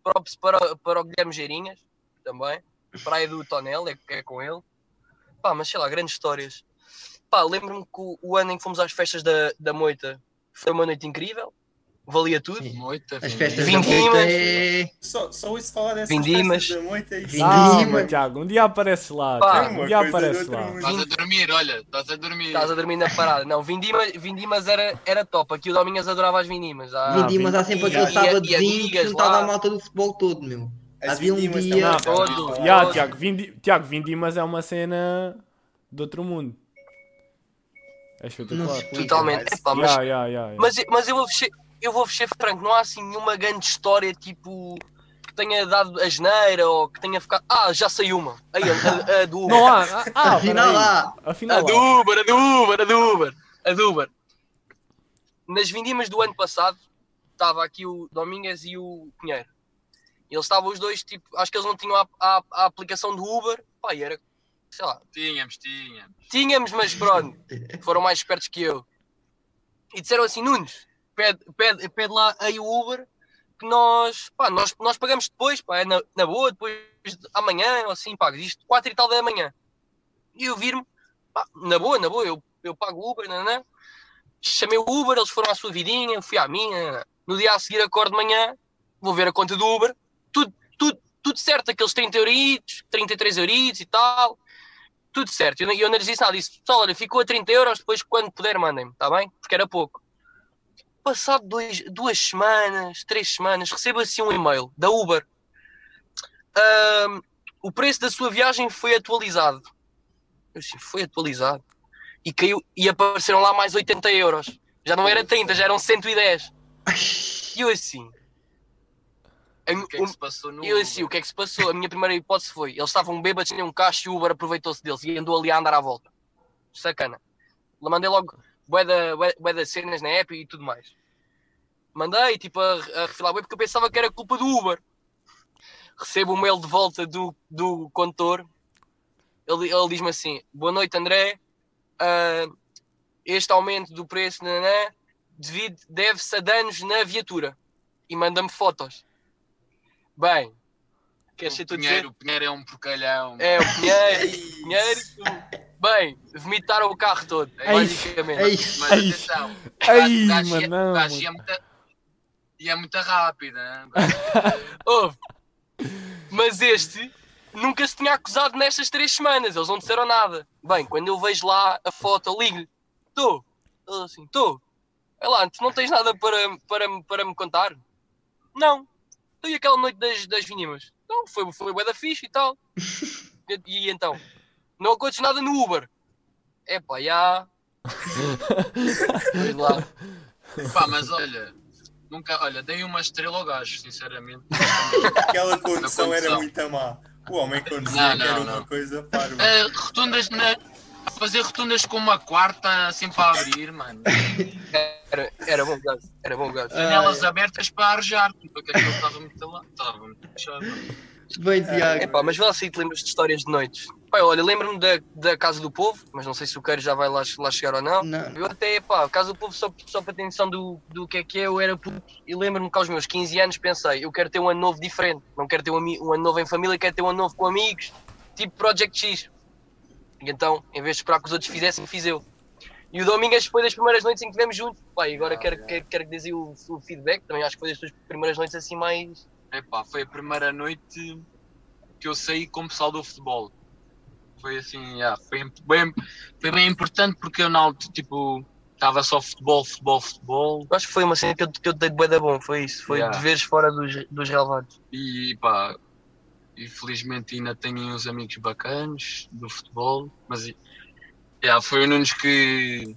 [SPEAKER 4] props para, para o Guilherme Geirinhas, também. Praia do Tonel, é, que é com ele. Pá, mas sei lá, grandes histórias. Pá, lembro-me que o, o ano em que fomos às festas da, da Moita foi uma noite incrível, valia tudo.
[SPEAKER 2] Sim.
[SPEAKER 1] Moita,
[SPEAKER 2] As festas da
[SPEAKER 4] Vindimas.
[SPEAKER 2] Moita é.
[SPEAKER 5] Só, só ouço falar dessas
[SPEAKER 4] Vindimas.
[SPEAKER 5] festas da noite é isso.
[SPEAKER 2] Vindimas.
[SPEAKER 3] Calma,
[SPEAKER 2] Vindimas.
[SPEAKER 3] Tiago. Um dia apareces lá.
[SPEAKER 4] Pá.
[SPEAKER 3] Tiago, Um dia
[SPEAKER 5] Uma coisa
[SPEAKER 3] apareces
[SPEAKER 5] do outro
[SPEAKER 3] lá.
[SPEAKER 5] mundo.
[SPEAKER 1] Estás a dormir, olha, estás a dormir.
[SPEAKER 4] Estás a dormir na parada. Não, Vindimas, Vindimas era, era top. Aqui o Domingas adorava as Vindimas. Ah,
[SPEAKER 2] Vindimas há sempre
[SPEAKER 4] e-
[SPEAKER 2] aquele
[SPEAKER 4] e-
[SPEAKER 2] sábadozinho
[SPEAKER 4] e
[SPEAKER 2] que
[SPEAKER 4] amigas
[SPEAKER 2] juntava
[SPEAKER 4] lá.
[SPEAKER 2] a malta do futebol todo, meu.
[SPEAKER 5] As
[SPEAKER 2] Havia um
[SPEAKER 5] vindimas
[SPEAKER 2] dia-
[SPEAKER 5] também,
[SPEAKER 4] Não,
[SPEAKER 5] já ouvi
[SPEAKER 4] todo.
[SPEAKER 5] falar.
[SPEAKER 3] Ya,
[SPEAKER 4] Olha.
[SPEAKER 3] Tiago, Vindi... Tiago, Vindimas é uma cena de outro mundo. Acho que eu estou
[SPEAKER 2] Não se
[SPEAKER 3] claro.
[SPEAKER 2] explica.
[SPEAKER 4] Totalmente.
[SPEAKER 5] Mas-
[SPEAKER 4] Epá, Tá, mas,
[SPEAKER 3] Ya, ya, ya, ya.
[SPEAKER 4] É. mas, mas eu vou ser, eu vou ser franco, não há assim nenhuma grande história tipo que tenha dado a geneira ou que tenha ficado. Ah, já sei uma. Aí, a, a, a do Uber.
[SPEAKER 3] Não há. Ah, ah,
[SPEAKER 2] Afinal,
[SPEAKER 3] peraí.
[SPEAKER 2] lá.
[SPEAKER 4] a
[SPEAKER 3] Afinal,
[SPEAKER 4] do
[SPEAKER 3] há.
[SPEAKER 4] Uber, a do Uber, a do Uber, a do Uber. Nas vindimas do ano passado estava aqui o Domingues e o Pinheiro. E Eles estavam os dois, tipo, acho que eles não tinham a, a- a aplicação do Uber. Pá, e era, sei lá,
[SPEAKER 1] Tínhamos, tínhamos.
[SPEAKER 4] Tínhamos, mas pronto, foram mais espertos que eu. E disseram assim: Nunes, pede, pede, pede lá aí o Uber que nós, pá, nós, nós pagamos depois, pá, é na, na boa, depois de- amanhã, ou assim, pá, isto 4 e tal da manhã. E eu vir-me, pá, na boa, na boa, eu, eu pago o Uber, nanã. chamei o Uber, eles foram à sua vidinha, eu fui à minha. nanã. No dia a seguir, acordo de manhã, vou ver a conta do Uber, tudo, tudo, tudo certo, aqueles 30 euritos, 33 euritos e tal tudo certo. E eu, eu não lhes disse nada. Disse, pessoal, olha, ficou a 30 euros, depois quando puder mandem-me, está bem? Porque era pouco. Passado dois, duas semanas, três semanas, recebo assim um e-mail da Uber. Ahm, o preço da sua viagem foi atualizado. Eu disse, foi atualizado. E, caiu, e apareceram lá mais 80 euros. Já não era 30, já eram 110. E eu assim... a mi-
[SPEAKER 1] O que é que se passou no.
[SPEAKER 4] e eu assim, o que é que se passou? A minha primeira hipótese foi: eles estavam bêbados, tinham um cacho e o Uber aproveitou-se deles e andou ali a andar à volta. Sacana. Eu Mandei logo bué da- bué- bué das cenas na app e tudo mais. Mandei, tipo, a, a refilar bué porque eu pensava que era culpa do Uber. Recebo o mail de volta do, do condutor. Ele, ele diz-me assim: Boa noite, André. Ah, este aumento do preço nananã, devido- deve-se a danos na viatura. E manda-me fotos. Bem, queres ser tu
[SPEAKER 1] o
[SPEAKER 4] a dizer?
[SPEAKER 1] Pinheiro, o Pinheiro é um porcalhão.
[SPEAKER 4] É, o Pinheiro. Pinheiro. Bem, vomitaram o carro todo,
[SPEAKER 1] Ei.
[SPEAKER 4] basicamente.
[SPEAKER 2] Ei,
[SPEAKER 1] Mas
[SPEAKER 3] Ai.
[SPEAKER 1] atenção,
[SPEAKER 3] Ai,
[SPEAKER 1] o gajo
[SPEAKER 3] mano,
[SPEAKER 1] ia-
[SPEAKER 3] não,
[SPEAKER 1] o gajo é ia
[SPEAKER 3] mano.
[SPEAKER 1] muito- ia muito rápido. hein?
[SPEAKER 4] Houve. Mas este nunca se tinha acusado nestas três semanas, eles não disseram nada. Bem, quando eu vejo lá a foto, eu ligo-lhe, estou. Ele assim, estou. É lá, tu não tens nada para, para, me- para me contar? Não. Então, e aquela noite das, das vinimas? Não, foi, foi bué da fixe e tal. E, e então? Não aconteceu nada no Uber. Epá, já. Pois lá.
[SPEAKER 1] Pá, mas olha, nunca, olha, dei uma estrela ao gajo, sinceramente.
[SPEAKER 5] Aquela condução era
[SPEAKER 1] condução.
[SPEAKER 5] muito má. O homem conduzia
[SPEAKER 1] Não,
[SPEAKER 5] que
[SPEAKER 1] não,
[SPEAKER 5] era
[SPEAKER 1] não.
[SPEAKER 5] uma coisa para o-
[SPEAKER 1] Ah, rotundas na. Fazer rotundas com uma quarta assim para abrir, mano.
[SPEAKER 4] Era, era bom gajo, era bom gajo.
[SPEAKER 1] Janelas
[SPEAKER 2] Ah,
[SPEAKER 1] abertas para arrejar, porque aquilo estava muito lá. Estava muito fechado.
[SPEAKER 2] Bem,
[SPEAKER 4] É
[SPEAKER 2] Tiago.
[SPEAKER 4] pá, mas vê lá se te lembras de histórias de noites. Pá, olha, lembro-me da, da Casa do Povo, mas não sei se o Queiro já vai lá, lá chegar ou não.
[SPEAKER 2] Não.
[SPEAKER 4] Eu até, pá, Casa do Povo, só, só para ter noção do, do que é que é, eu era puto. E lembro-me que aos meus 15 anos pensei, eu quero ter um ano novo diferente. Não quero ter um, ami- um ano novo em família, quero ter um ano novo com amigos, tipo Project X. E então, em vez de esperar que os outros fizessem, fiz eu. E E o Domingas foi das primeiras noites em que estivemos juntos. Pá, e agora quero, quero, quero que dizem o, o feedback. Também acho que foi das tuas primeiras noites assim mais.
[SPEAKER 1] Epá, foi a primeira noite que eu saí como pessoal do futebol. Foi assim, yeah, foi, imp- bem, foi bem importante porque eu na altura, tipo, estava só futebol, futebol, futebol.
[SPEAKER 4] Eu Acho que foi uma cena que eu, que eu dei de bué da bom, foi isso. Foi
[SPEAKER 1] Yeah.
[SPEAKER 4] de veres fora dos, dos relevados.
[SPEAKER 1] E pá, e felizmente ainda tenho uns amigos bacanos do futebol, mas yeah, foi o Nunes que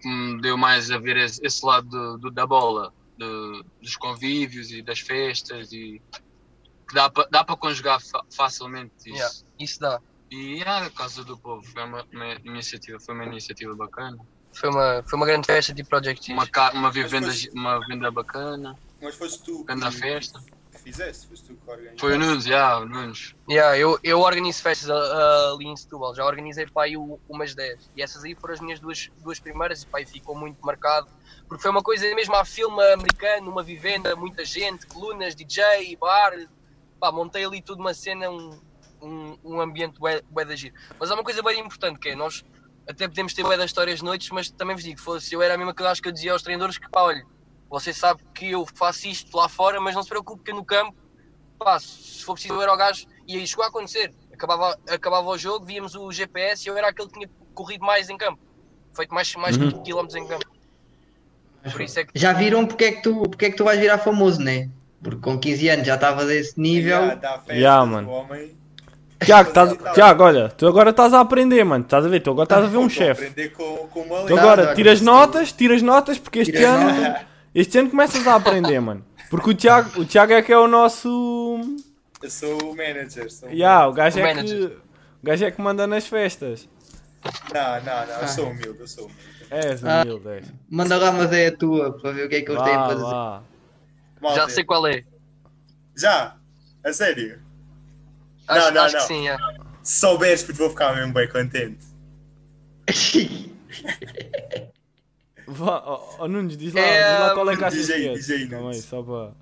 [SPEAKER 1] que me deu mais a ver esse, esse lado do- do- da bola, do- dos convívios e das festas e que dá para dá pra conjugar fa- facilmente isso.
[SPEAKER 4] Yeah. Isso dá.
[SPEAKER 1] E yeah, a Casa do Povo foi uma, uma iniciativa, foi uma iniciativa bacana.
[SPEAKER 4] Foi uma, foi uma grande festa tipo Project X.
[SPEAKER 1] Uma, ca- uma, vivenda,
[SPEAKER 5] Mas foi-
[SPEAKER 1] uma venda bacana,
[SPEAKER 5] Mas foste tu
[SPEAKER 1] grande
[SPEAKER 5] que,
[SPEAKER 1] festa.
[SPEAKER 5] que fizeste, foste tu que organizaste.
[SPEAKER 1] Foi o Nunes, yeah, o Nunes.
[SPEAKER 4] Yeah, eu, eu organizo festas ah, ali em Setúbal, já organizei pá, aí u- umas 10 e essas aí foram as minhas duas, duas primeiras e pá, aí ficou muito marcado porque foi uma coisa mesmo a filme americano, uma vivenda, muita gente, colunas, DJ, bar, pá, montei ali tudo uma cena, um, um, um ambiente bué bué de giro. Mas há uma coisa bem importante que é, nós até podemos ter bué das histórias de noites, mas também vos digo, fosse eu era a mesma coisa acho que eu dizia aos treinadores que pá, olha, você sabe que eu faço isto lá fora, mas não se preocupe que eu no campo pá, se for preciso eu era o gajo, e aí chegou a acontecer. Acabava, acabava o jogo, víamos o GPS e eu era aquele que tinha corrido mais em campo, feito mais, mais
[SPEAKER 3] Uhum.
[SPEAKER 4] quilómetros em campo. Por isso é que
[SPEAKER 2] Já viram porque é que tu, porque é que tu vais virar famoso, né? Porque com 15 anos já estavas a esse nível.
[SPEAKER 5] Yeah, dá festa
[SPEAKER 3] Yeah,
[SPEAKER 5] do
[SPEAKER 3] mano.
[SPEAKER 5] homem.
[SPEAKER 3] Tiago, estás- Tiago, olha, tu agora estás a aprender, mano. Estás a ver? Tu agora estás a ver um
[SPEAKER 5] Estou a
[SPEAKER 3] chefe.
[SPEAKER 5] aprender com, com uma
[SPEAKER 3] Tu
[SPEAKER 5] lei.
[SPEAKER 2] Não,
[SPEAKER 3] agora
[SPEAKER 2] não,
[SPEAKER 3] tiras
[SPEAKER 2] não.
[SPEAKER 3] notas, tiras notas, porque este
[SPEAKER 2] Tiras
[SPEAKER 3] ano.
[SPEAKER 2] notas.
[SPEAKER 3] Este ano começas a aprender, mano. Porque o Tiago, o Tiago é que é o nosso.
[SPEAKER 5] Eu sou o manager. Sou o
[SPEAKER 3] Ya, o gajo
[SPEAKER 4] O
[SPEAKER 3] é que.
[SPEAKER 4] manager.
[SPEAKER 3] O gajo é que manda nas festas.
[SPEAKER 5] Não, não, não, eu sou humilde, eu sou humilde.
[SPEAKER 3] És
[SPEAKER 2] Ah,
[SPEAKER 3] humilde, és.
[SPEAKER 2] Manda lá, mas é a tua, para ver o que é que eles têm
[SPEAKER 3] Vá,
[SPEAKER 2] para dizer.
[SPEAKER 3] vá.
[SPEAKER 5] Malta,
[SPEAKER 4] já sei qual é.
[SPEAKER 5] Já? A sério? Não,
[SPEAKER 4] Acho,
[SPEAKER 5] não,
[SPEAKER 4] acho
[SPEAKER 5] não.
[SPEAKER 4] que sim, é.
[SPEAKER 5] Se souberes, puto, vou ficar mesmo bem contente.
[SPEAKER 3] Vá, ó, ó, Nunes, diz lá,
[SPEAKER 4] É,
[SPEAKER 3] diz lá qual é que
[SPEAKER 5] Nunes,
[SPEAKER 3] achas
[SPEAKER 5] diz aí,
[SPEAKER 3] que é.
[SPEAKER 5] diz aí,
[SPEAKER 3] Calma
[SPEAKER 5] Nunes.
[SPEAKER 3] aí, só para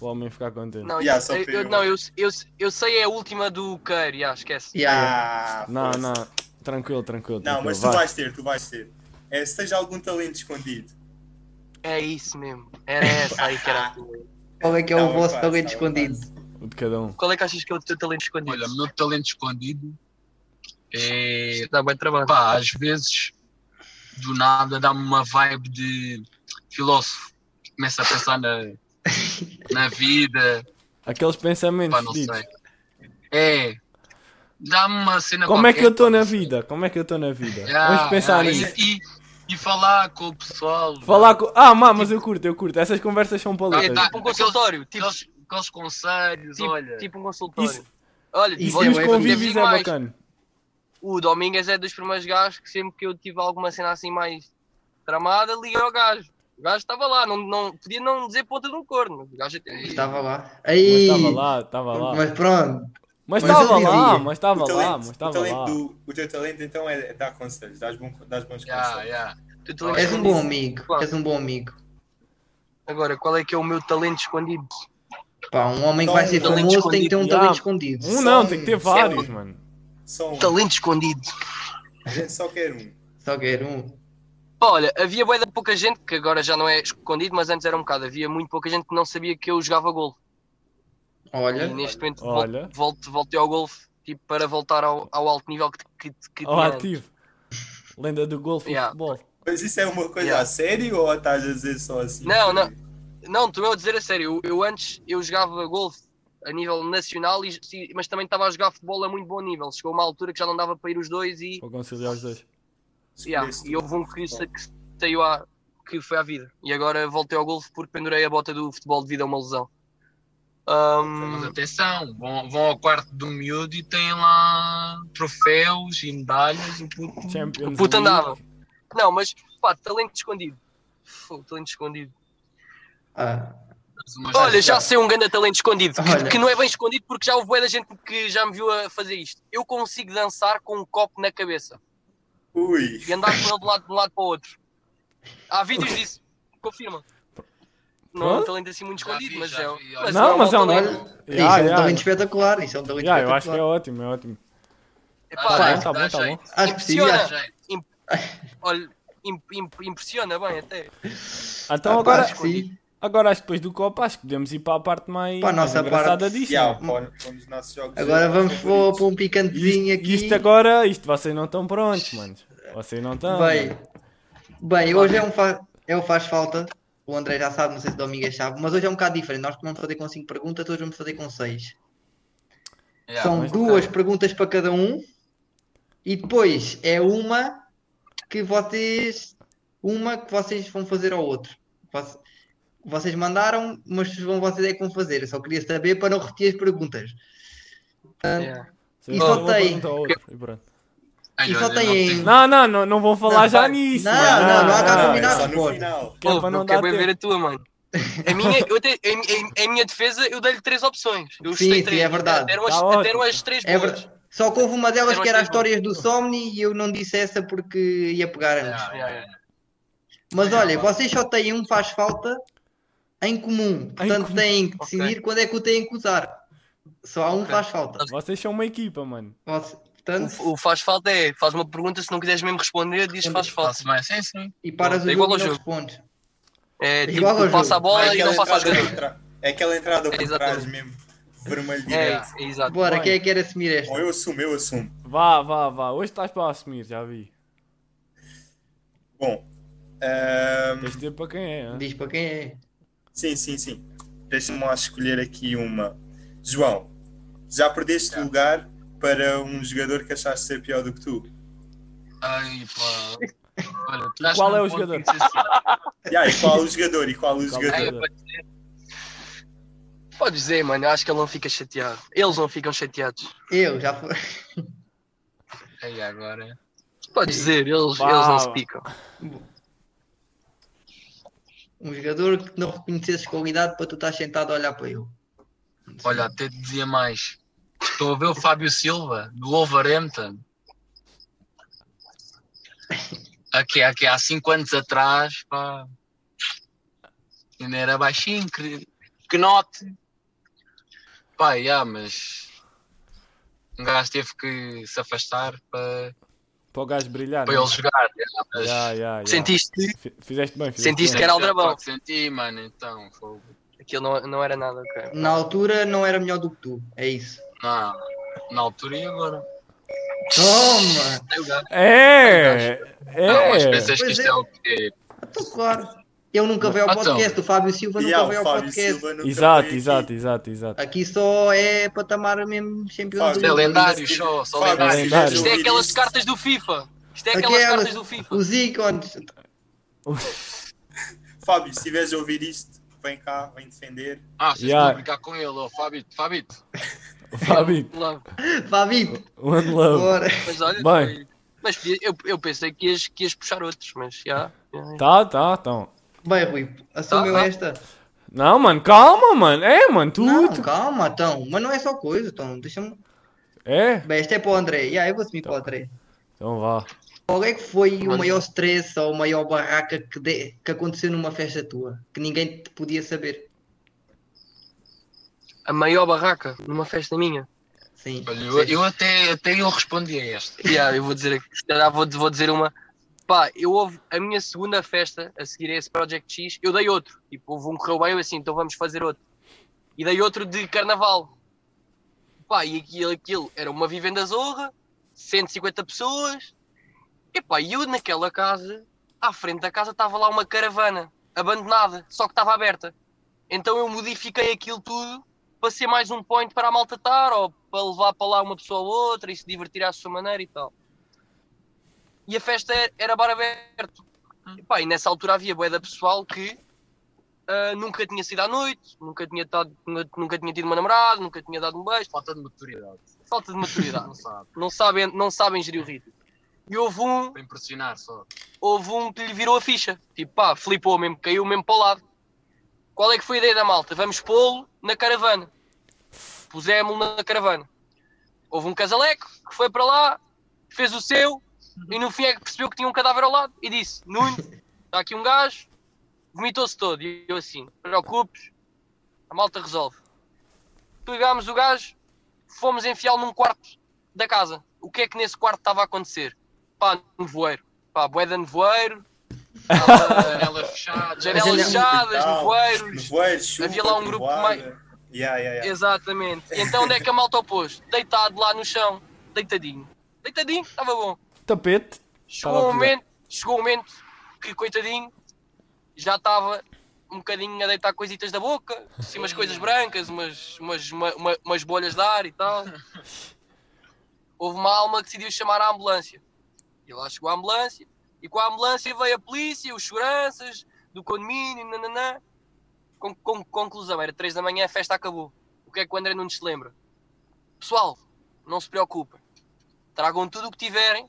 [SPEAKER 3] o homem ficar contente.
[SPEAKER 4] Não,
[SPEAKER 5] Yeah,
[SPEAKER 4] eu-
[SPEAKER 5] só
[SPEAKER 4] eu,
[SPEAKER 5] para eu.
[SPEAKER 4] não eu, eu, eu sei é a última do Queiro, já, esquece.
[SPEAKER 2] Yeah.
[SPEAKER 5] Ah,
[SPEAKER 3] Não,
[SPEAKER 5] força.
[SPEAKER 3] não, tranquilo, tranquilo.
[SPEAKER 5] Não,
[SPEAKER 3] tranquilo,
[SPEAKER 5] mas tu
[SPEAKER 3] vá.
[SPEAKER 5] vais ter, tu vais ter. É, se tens algum talento escondido.
[SPEAKER 4] É isso mesmo, era essa aí que era. a tua.
[SPEAKER 2] Qual é que é
[SPEAKER 5] Tá
[SPEAKER 2] o
[SPEAKER 5] bem
[SPEAKER 2] vosso
[SPEAKER 5] fácil,
[SPEAKER 2] talento
[SPEAKER 5] tá bem
[SPEAKER 2] escondido?
[SPEAKER 3] O de cada um.
[SPEAKER 4] Qual é que achas que é o teu talento escondido?
[SPEAKER 1] Olha, o meu talento escondido é.
[SPEAKER 4] Dá bem trabalho.
[SPEAKER 1] Pá, às vezes, do nada, dá-me uma vibe de filósofo. Começo a pensar na, na vida.
[SPEAKER 3] Aqueles pensamentos
[SPEAKER 1] Pá, não
[SPEAKER 3] ditos.
[SPEAKER 1] sei. É. Dá-me uma cena
[SPEAKER 3] Como é que eu
[SPEAKER 1] qualquer,
[SPEAKER 3] estou
[SPEAKER 1] pá,
[SPEAKER 3] na
[SPEAKER 1] não sei.
[SPEAKER 3] vida? Como é que eu estou na vida?
[SPEAKER 1] Yeah,
[SPEAKER 3] Vamos pensar
[SPEAKER 1] yeah,
[SPEAKER 3] nisso.
[SPEAKER 1] E, e- e falar com o pessoal.
[SPEAKER 3] Falar com. Ah, má, mas eu curto, eu curto. Essas conversas são paletas.
[SPEAKER 1] é- tá.
[SPEAKER 4] Tipo um consultório, tipo,
[SPEAKER 1] Aqueles, aqueles conselhos,
[SPEAKER 4] tipo,
[SPEAKER 1] olha.
[SPEAKER 4] tipo um consultório.
[SPEAKER 3] Isso-
[SPEAKER 4] Olha, tipo,
[SPEAKER 2] isso
[SPEAKER 3] E
[SPEAKER 4] olha,
[SPEAKER 3] nos
[SPEAKER 2] é
[SPEAKER 4] eu
[SPEAKER 3] convívios
[SPEAKER 4] digo
[SPEAKER 3] é
[SPEAKER 4] mais.
[SPEAKER 3] bacana.
[SPEAKER 4] o Domingues é dos primeiros gajos que sempre que eu tive alguma cena assim mais tramada, liguei ao gajo. O gajo estava lá, não, não, podia não dizer ponta de um corno. O gajo até...
[SPEAKER 2] Estava lá.
[SPEAKER 3] Mas
[SPEAKER 2] Aí,
[SPEAKER 3] estava lá, estava lá.
[SPEAKER 2] mas pronto.
[SPEAKER 3] Mas
[SPEAKER 2] Mas
[SPEAKER 3] estava
[SPEAKER 2] eu
[SPEAKER 3] lá,
[SPEAKER 2] diria,
[SPEAKER 3] mas estava
[SPEAKER 5] o
[SPEAKER 3] lá,
[SPEAKER 5] talento,
[SPEAKER 3] mas
[SPEAKER 5] o,
[SPEAKER 3] estava
[SPEAKER 5] talento
[SPEAKER 3] lá.
[SPEAKER 5] do- o teu talento então é é dar conselhos, dás, bom, dás bons
[SPEAKER 1] Yeah,
[SPEAKER 5] conselhos.
[SPEAKER 1] yeah.
[SPEAKER 4] Tu te lembras
[SPEAKER 2] És um
[SPEAKER 4] disso?
[SPEAKER 2] bom amigo.
[SPEAKER 4] Claro.
[SPEAKER 2] És um bom amigo.
[SPEAKER 4] Agora, qual é que é o meu talento escondido?
[SPEAKER 2] Pá, um homem que vai ser
[SPEAKER 1] Talento
[SPEAKER 2] famoso tem que ter um
[SPEAKER 3] escondido.
[SPEAKER 2] talento
[SPEAKER 3] Yeah.
[SPEAKER 2] escondido.
[SPEAKER 3] Um
[SPEAKER 2] Só
[SPEAKER 3] não, tem que ter vários,
[SPEAKER 5] Sim.
[SPEAKER 3] mano.
[SPEAKER 5] Só um.
[SPEAKER 4] Talento escondido.
[SPEAKER 5] A gente só quer um.
[SPEAKER 2] Só quero um.
[SPEAKER 4] Pá, olha, havia bué de pouca gente, que agora já não é escondido, mas antes era um bocado. Havia muito pouca gente que não sabia que eu jogava golfe. E
[SPEAKER 2] É? Olha,
[SPEAKER 4] neste momento
[SPEAKER 3] Olha.
[SPEAKER 4] volto, volto, voltei ao golfe, tipo, para voltar ao, ao alto nível que, que, que
[SPEAKER 3] Ao
[SPEAKER 4] tinha antes.
[SPEAKER 3] ativo. Lenda do golfe e
[SPEAKER 4] Yeah.
[SPEAKER 3] futebol.
[SPEAKER 5] Mas isso é uma coisa
[SPEAKER 4] Yeah.
[SPEAKER 5] a sério ou estás a dizer só assim?
[SPEAKER 4] Não, não. Não, estou eu a dizer a sério. Eu, eu antes eu jogava golfe a nível nacional, e- e- mas também estava a jogar futebol a muito bom nível. Chegou uma altura que já não dava para ir os dois e,
[SPEAKER 3] Para conciliar os dois.
[SPEAKER 4] yeah, e houve um que, sa- que saiu à, que foi à vida. E agora voltei ao golfe porque pendurei a bota do futebol devido a uma lesão.
[SPEAKER 1] Mas
[SPEAKER 4] Ahm,
[SPEAKER 1] atenção, vão, vão ao quarto do miúdo e têm lá troféus e medalhas. O puto.
[SPEAKER 3] Champions
[SPEAKER 4] O puto
[SPEAKER 3] League.
[SPEAKER 4] andava. não, mas pá, talento escondido. Fogo, talento escondido.
[SPEAKER 2] ah,
[SPEAKER 1] Mas
[SPEAKER 4] Olha, já sei um grande talento escondido, que,
[SPEAKER 2] Olha.
[SPEAKER 4] que não é bem escondido porque já houve bué da gente que já me viu a fazer isto. Eu consigo dançar com um copo na cabeça.
[SPEAKER 5] Ui,
[SPEAKER 4] e andar com ele de, lado, de um lado para o outro. Há vídeos disso, confirma. Não é um
[SPEAKER 3] Pronto.
[SPEAKER 4] talento assim muito
[SPEAKER 1] Já vi,
[SPEAKER 4] escondido, mas
[SPEAKER 1] já
[SPEAKER 4] é.
[SPEAKER 1] vi,
[SPEAKER 4] um-
[SPEAKER 1] olha.
[SPEAKER 3] Não, mas é um-
[SPEAKER 4] talento.
[SPEAKER 2] olha.
[SPEAKER 3] Yeah,
[SPEAKER 2] isso é um
[SPEAKER 3] yeah.
[SPEAKER 2] talento espetacular. Isso é um talento
[SPEAKER 3] Yeah, eu acho que é
[SPEAKER 2] espetacular.
[SPEAKER 3] ótimo, é ótimo.
[SPEAKER 4] Epá,
[SPEAKER 3] tá bom, tá bom.
[SPEAKER 2] Acho que sim,
[SPEAKER 4] Impressiona.
[SPEAKER 2] acho-
[SPEAKER 1] jeito.
[SPEAKER 4] Olha, imp- imp- impressiona bem até.
[SPEAKER 3] Então
[SPEAKER 2] Ah, pá,
[SPEAKER 3] agora,
[SPEAKER 2] acho que sim.
[SPEAKER 3] agora acho que depois do copo acho que podemos ir para a parte mais,
[SPEAKER 2] Para a
[SPEAKER 3] mais
[SPEAKER 2] nossa
[SPEAKER 3] engraçada
[SPEAKER 2] parte.
[SPEAKER 3] disto.
[SPEAKER 5] Yeah, pá, um dos nossos jogos
[SPEAKER 2] Agora vamos para
[SPEAKER 5] favoritos.
[SPEAKER 2] para um
[SPEAKER 3] E isto-
[SPEAKER 2] picantezinho
[SPEAKER 3] e
[SPEAKER 2] aqui.
[SPEAKER 3] isto agora, isto vocês não estão prontos, mano. Vocês não
[SPEAKER 4] Então,
[SPEAKER 3] estão.
[SPEAKER 4] né?
[SPEAKER 2] Bem,
[SPEAKER 3] mano.
[SPEAKER 2] bem hoje é um fa- é o faz falta. O André já sabe, não sei se o Domingas sabe, mas hoje é um bocado diferente. Nós vamos fazer com 5 perguntas, hoje vamos fazer com 6.
[SPEAKER 4] Yeah,
[SPEAKER 2] São
[SPEAKER 3] mas-
[SPEAKER 2] duas perguntas para cada um e depois é uma que vocês uma que vocês vão fazer ao outro. Voc- Vocês mandaram, mas vão vocês é que vão fazer. Eu só queria saber para não repetir as perguntas.
[SPEAKER 4] yeah.
[SPEAKER 3] Vocês
[SPEAKER 2] e só
[SPEAKER 3] vão
[SPEAKER 2] tem-
[SPEAKER 3] perguntar ao outro, e pronto.
[SPEAKER 2] E só tem-
[SPEAKER 3] Não, não, não, não vão falar
[SPEAKER 2] Não,
[SPEAKER 3] já
[SPEAKER 2] vai.
[SPEAKER 3] nisso.
[SPEAKER 2] Não,
[SPEAKER 3] mano.
[SPEAKER 2] não, não há cá
[SPEAKER 5] Não, é
[SPEAKER 2] combinado,
[SPEAKER 5] só no
[SPEAKER 2] pô.
[SPEAKER 5] final.
[SPEAKER 3] Que é
[SPEAKER 4] Ouve,
[SPEAKER 3] para não
[SPEAKER 4] eu
[SPEAKER 3] dar
[SPEAKER 4] quero bem
[SPEAKER 3] tempo.
[SPEAKER 4] ver a tua, mano. A minha, eu até, em, em- em minha defesa, eu dei-lhe três opções. Eu
[SPEAKER 2] Sim,
[SPEAKER 4] chutei
[SPEAKER 2] sim,
[SPEAKER 4] três.
[SPEAKER 2] é verdade.
[SPEAKER 4] Deram as,
[SPEAKER 3] Tá ótimo.
[SPEAKER 4] deram as três
[SPEAKER 2] É
[SPEAKER 4] boas.
[SPEAKER 2] verdade. Só que houve uma delas
[SPEAKER 4] Eu
[SPEAKER 2] que era as
[SPEAKER 4] achei bom.
[SPEAKER 2] histórias do Somni e eu não disse essa porque ia pegar antes.
[SPEAKER 1] Yeah, yeah, yeah.
[SPEAKER 2] Mas olha, vocês só têm um faz falta em comum. Portanto,
[SPEAKER 3] comum.
[SPEAKER 2] têm que decidir quando é que o têm que usar. Só há um
[SPEAKER 4] Ok.
[SPEAKER 2] faz falta.
[SPEAKER 3] Vocês são uma equipa, mano.
[SPEAKER 2] Voce- Portanto,
[SPEAKER 4] O, o faz falta é, faz uma pergunta, se não quiseres mesmo responder, diz faz falta.
[SPEAKER 1] Faço bem, sim, sim.
[SPEAKER 2] e paras
[SPEAKER 4] é
[SPEAKER 2] o
[SPEAKER 4] igual
[SPEAKER 2] jogo e
[SPEAKER 4] ao
[SPEAKER 2] não
[SPEAKER 4] jogo.
[SPEAKER 2] respondes.
[SPEAKER 4] É tipo,
[SPEAKER 2] igual ao jogo.
[SPEAKER 4] passa a bola
[SPEAKER 5] É
[SPEAKER 4] e não
[SPEAKER 5] aquela
[SPEAKER 4] passa a
[SPEAKER 5] entrada
[SPEAKER 4] jogador.
[SPEAKER 5] por trás- É aquela entrada por trás
[SPEAKER 4] Exatamente.
[SPEAKER 5] mesmo, vermelho
[SPEAKER 4] É,
[SPEAKER 5] direto.
[SPEAKER 4] é, exato.
[SPEAKER 2] Bora,
[SPEAKER 3] Bem.
[SPEAKER 2] quem é que quer assumir esta?
[SPEAKER 5] Ou eu assumo, eu assumo.
[SPEAKER 3] Vá, vá, vá. Hoje estás para assumir, já vi.
[SPEAKER 5] Bom, ahm,
[SPEAKER 3] Tens de dizer para quem é. hã?
[SPEAKER 2] Diz para quem é.
[SPEAKER 5] sim, sim, sim. Deixa-me lá escolher aqui uma. João, já perdeste lugar para um jogador que achaste ser pior do que tu?
[SPEAKER 1] Ai, pá. Olha, tu
[SPEAKER 3] E
[SPEAKER 1] estás
[SPEAKER 3] qual
[SPEAKER 1] num
[SPEAKER 3] é o
[SPEAKER 1] ponto
[SPEAKER 3] jogador?
[SPEAKER 1] que disse assim,
[SPEAKER 5] Ya, e qual o jogador? E qual
[SPEAKER 3] Qual
[SPEAKER 5] o
[SPEAKER 3] é
[SPEAKER 5] jogador?
[SPEAKER 3] jogador?
[SPEAKER 1] ai, pá,
[SPEAKER 4] Podes dizer, mano, eu acho que ele não fica chateado. Eles não ficam chateados.
[SPEAKER 2] Eu, já foi.
[SPEAKER 1] ai, agora.
[SPEAKER 4] Podes dizer, eles,
[SPEAKER 3] Vá,
[SPEAKER 4] eles não
[SPEAKER 3] vá.
[SPEAKER 4] se picam.
[SPEAKER 2] Um jogador que não reconhecesses qualidade para tu estar sentado a olhar para ele.
[SPEAKER 1] Olha, até te dizia mais. Estou a ver o Fábio Silva, do Wolverhampton. Aqui, aqui, há 5 anos atrás, pá. Ainda era baixinho, que, que note. Pá, yeah, mas. Um gajo teve que se afastar para,
[SPEAKER 3] Para o gajo brilhar.
[SPEAKER 1] para
[SPEAKER 3] não?
[SPEAKER 1] ele jogar. yeah, mas-
[SPEAKER 3] Já, já, já.
[SPEAKER 4] Sentiste?
[SPEAKER 3] Fi- Fizeste bem, fizeste
[SPEAKER 4] Sentiste
[SPEAKER 3] bem.
[SPEAKER 4] que era aldrabão.
[SPEAKER 1] Só que Senti, mano, então. fogo.
[SPEAKER 4] Aquilo não, não era nada, ok.
[SPEAKER 2] Na altura não era melhor do que tu. É isso.
[SPEAKER 1] Na, na altura e agora.
[SPEAKER 2] Toma!
[SPEAKER 3] É! É!
[SPEAKER 1] Não, mas pensas que
[SPEAKER 2] Pois
[SPEAKER 1] isto
[SPEAKER 2] é.
[SPEAKER 1] é o quê?
[SPEAKER 2] Estou Então, claro. Ele nunca veio ao
[SPEAKER 1] Então.
[SPEAKER 2] podcast. O Fábio Silva
[SPEAKER 5] E
[SPEAKER 2] nunca
[SPEAKER 5] ah,
[SPEAKER 2] veio
[SPEAKER 5] o
[SPEAKER 2] ao
[SPEAKER 5] Fábio
[SPEAKER 2] podcast.
[SPEAKER 4] é-
[SPEAKER 5] Silva nunca
[SPEAKER 3] Exato,
[SPEAKER 5] veio
[SPEAKER 3] exato,
[SPEAKER 5] aqui.
[SPEAKER 3] exato, exato.
[SPEAKER 2] Aqui só é patamar mesmo campeão
[SPEAKER 5] Fábio,
[SPEAKER 1] Isto é
[SPEAKER 2] do mundo.
[SPEAKER 1] lendário, só, só
[SPEAKER 5] Fábio,
[SPEAKER 1] lendário.
[SPEAKER 5] se
[SPEAKER 3] lendário.
[SPEAKER 5] queres
[SPEAKER 4] Isto é
[SPEAKER 5] ouvir
[SPEAKER 4] aquelas
[SPEAKER 5] isso,
[SPEAKER 4] cartas do FIFA. Isto é aquelas
[SPEAKER 2] Aquelas-
[SPEAKER 4] cartas do FIFA.
[SPEAKER 2] Os ícones.
[SPEAKER 5] Fábio, se estiveres a ouvir isto, vem cá, vem defender.
[SPEAKER 1] Ah, vocês
[SPEAKER 3] Yeah.
[SPEAKER 1] estão a brincar com ele, oh, ó, Fábio. Fábio,
[SPEAKER 3] Fábio,
[SPEAKER 4] Love.
[SPEAKER 2] Fábio,
[SPEAKER 3] one love.
[SPEAKER 2] bora.
[SPEAKER 4] Mas olha,
[SPEAKER 3] Bem.
[SPEAKER 4] foi- mas podia- eu, eu pensei que ias, que ias puxar outros, mas já. já.
[SPEAKER 3] Tá, tá, então.
[SPEAKER 2] Bem, Rui, assumiu
[SPEAKER 4] Tá, tá.
[SPEAKER 2] esta.
[SPEAKER 3] Não, mano, calma, mano. É, mano, tu.
[SPEAKER 2] Não,
[SPEAKER 3] tu-
[SPEAKER 2] calma, então. Mas não é só coisa, então. Deixa-me.
[SPEAKER 3] É?
[SPEAKER 2] Bem, esta é para o André. Yeah, eu vou assumir para o André.
[SPEAKER 3] Então vá.
[SPEAKER 2] Qual é que foi o
[SPEAKER 4] Manda.
[SPEAKER 2] maior stress ou a maior barraca que, de- que aconteceu numa festa tua? Que ninguém te podia saber.
[SPEAKER 4] A maior barraca numa festa minha.
[SPEAKER 2] Sim. é
[SPEAKER 1] Olha, eu, eu até, até eu respondi a este.
[SPEAKER 4] Já, eu vou dizer aqui, se calhar vou, vou dizer uma. Pá, eu houve a minha segunda festa a seguir a esse Project X, eu dei outro. Tipo, houve um que correu bem, eu assim, então vamos fazer outro. E dei outro de carnaval. Pá, e aquilo, aquilo era uma vivenda zorra, 150 pessoas. E pá, e eu naquela casa, à frente da casa estava lá uma caravana, abandonada, só que estava aberta. Então eu modifiquei aquilo tudo para ser mais um point para a malta estar, ou para levar para lá uma pessoa ou outra e se divertir à sua maneira e tal. E a festa era, era bar aberto. E, pá, e nessa altura havia bué da pessoal que ah, nunca tinha sido à noite, nunca tinha, tado- nunca- nunca tinha tido uma namorada, nunca tinha dado um beijo,
[SPEAKER 1] Falta de maturidade,
[SPEAKER 4] falta de maturidade.
[SPEAKER 1] não sabe.
[SPEAKER 4] não, sabem, não sabem gerir o ritmo. E houve um,
[SPEAKER 1] Para impressionar só.
[SPEAKER 4] houve um que lhe virou a ficha. Tipo, pá, flipou mesmo, caiu mesmo para o lado. Qual é que foi a ideia da malta? Vamos pô-lo na caravana. Pusemos-lo na caravana. Houve um casaleco que foi para lá, fez o seu e no fim é que percebeu que tinha um cadáver ao lado e disse: Nuno, está aqui um gajo, vomitou-se todo. E eu assim: "Não te preocupes, a malta resolve. Pegámos o gajo, fomos enfiá-lo num quarto da casa. O que é que nesse quarto estava a acontecer? Pá, nevoeiro pá, bué de nevoeiro,
[SPEAKER 1] janelas fechadas.
[SPEAKER 4] Janelas fechadas,
[SPEAKER 5] Tal,
[SPEAKER 4] nevoeiros.
[SPEAKER 5] nevoeiros, chuva,
[SPEAKER 4] Havia lá um grupo
[SPEAKER 5] trovoada. Yeah, yeah, yeah.
[SPEAKER 4] Exatamente. E então onde é que a malta o pôs? Deitado lá no chão. Deitadinho. Deitadinho, estava bom.
[SPEAKER 3] Tapete.
[SPEAKER 4] Chegou
[SPEAKER 3] Tava
[SPEAKER 4] um
[SPEAKER 3] a pegar.
[SPEAKER 4] momento, chegou um momento que, coitadinho, já estava um bocadinho a deitar coisitas da boca, assim, umas coisas brancas, umas, umas, uma- uma- umas bolhas de ar e tal. Houve uma alma que decidiu chamar a ambulância. E lá chegou a ambulância, e com a ambulância veio a polícia, os seguranças do condomínio, nananã. Con- con- conclusão, era 3 da manhã, a festa acabou. O que é que o André Nunes se lembra? Pessoal, não se preocupem. Tragam tudo o que tiverem,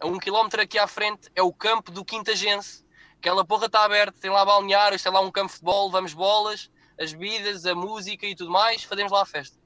[SPEAKER 4] a um quilómetro aqui à frente é o campo do Quintagense. Aquela porra está aberta, tem lá balneários, tem lá um campo de futebol, vamos bolas, as bebidas, a música e tudo mais, fazemos lá a festa.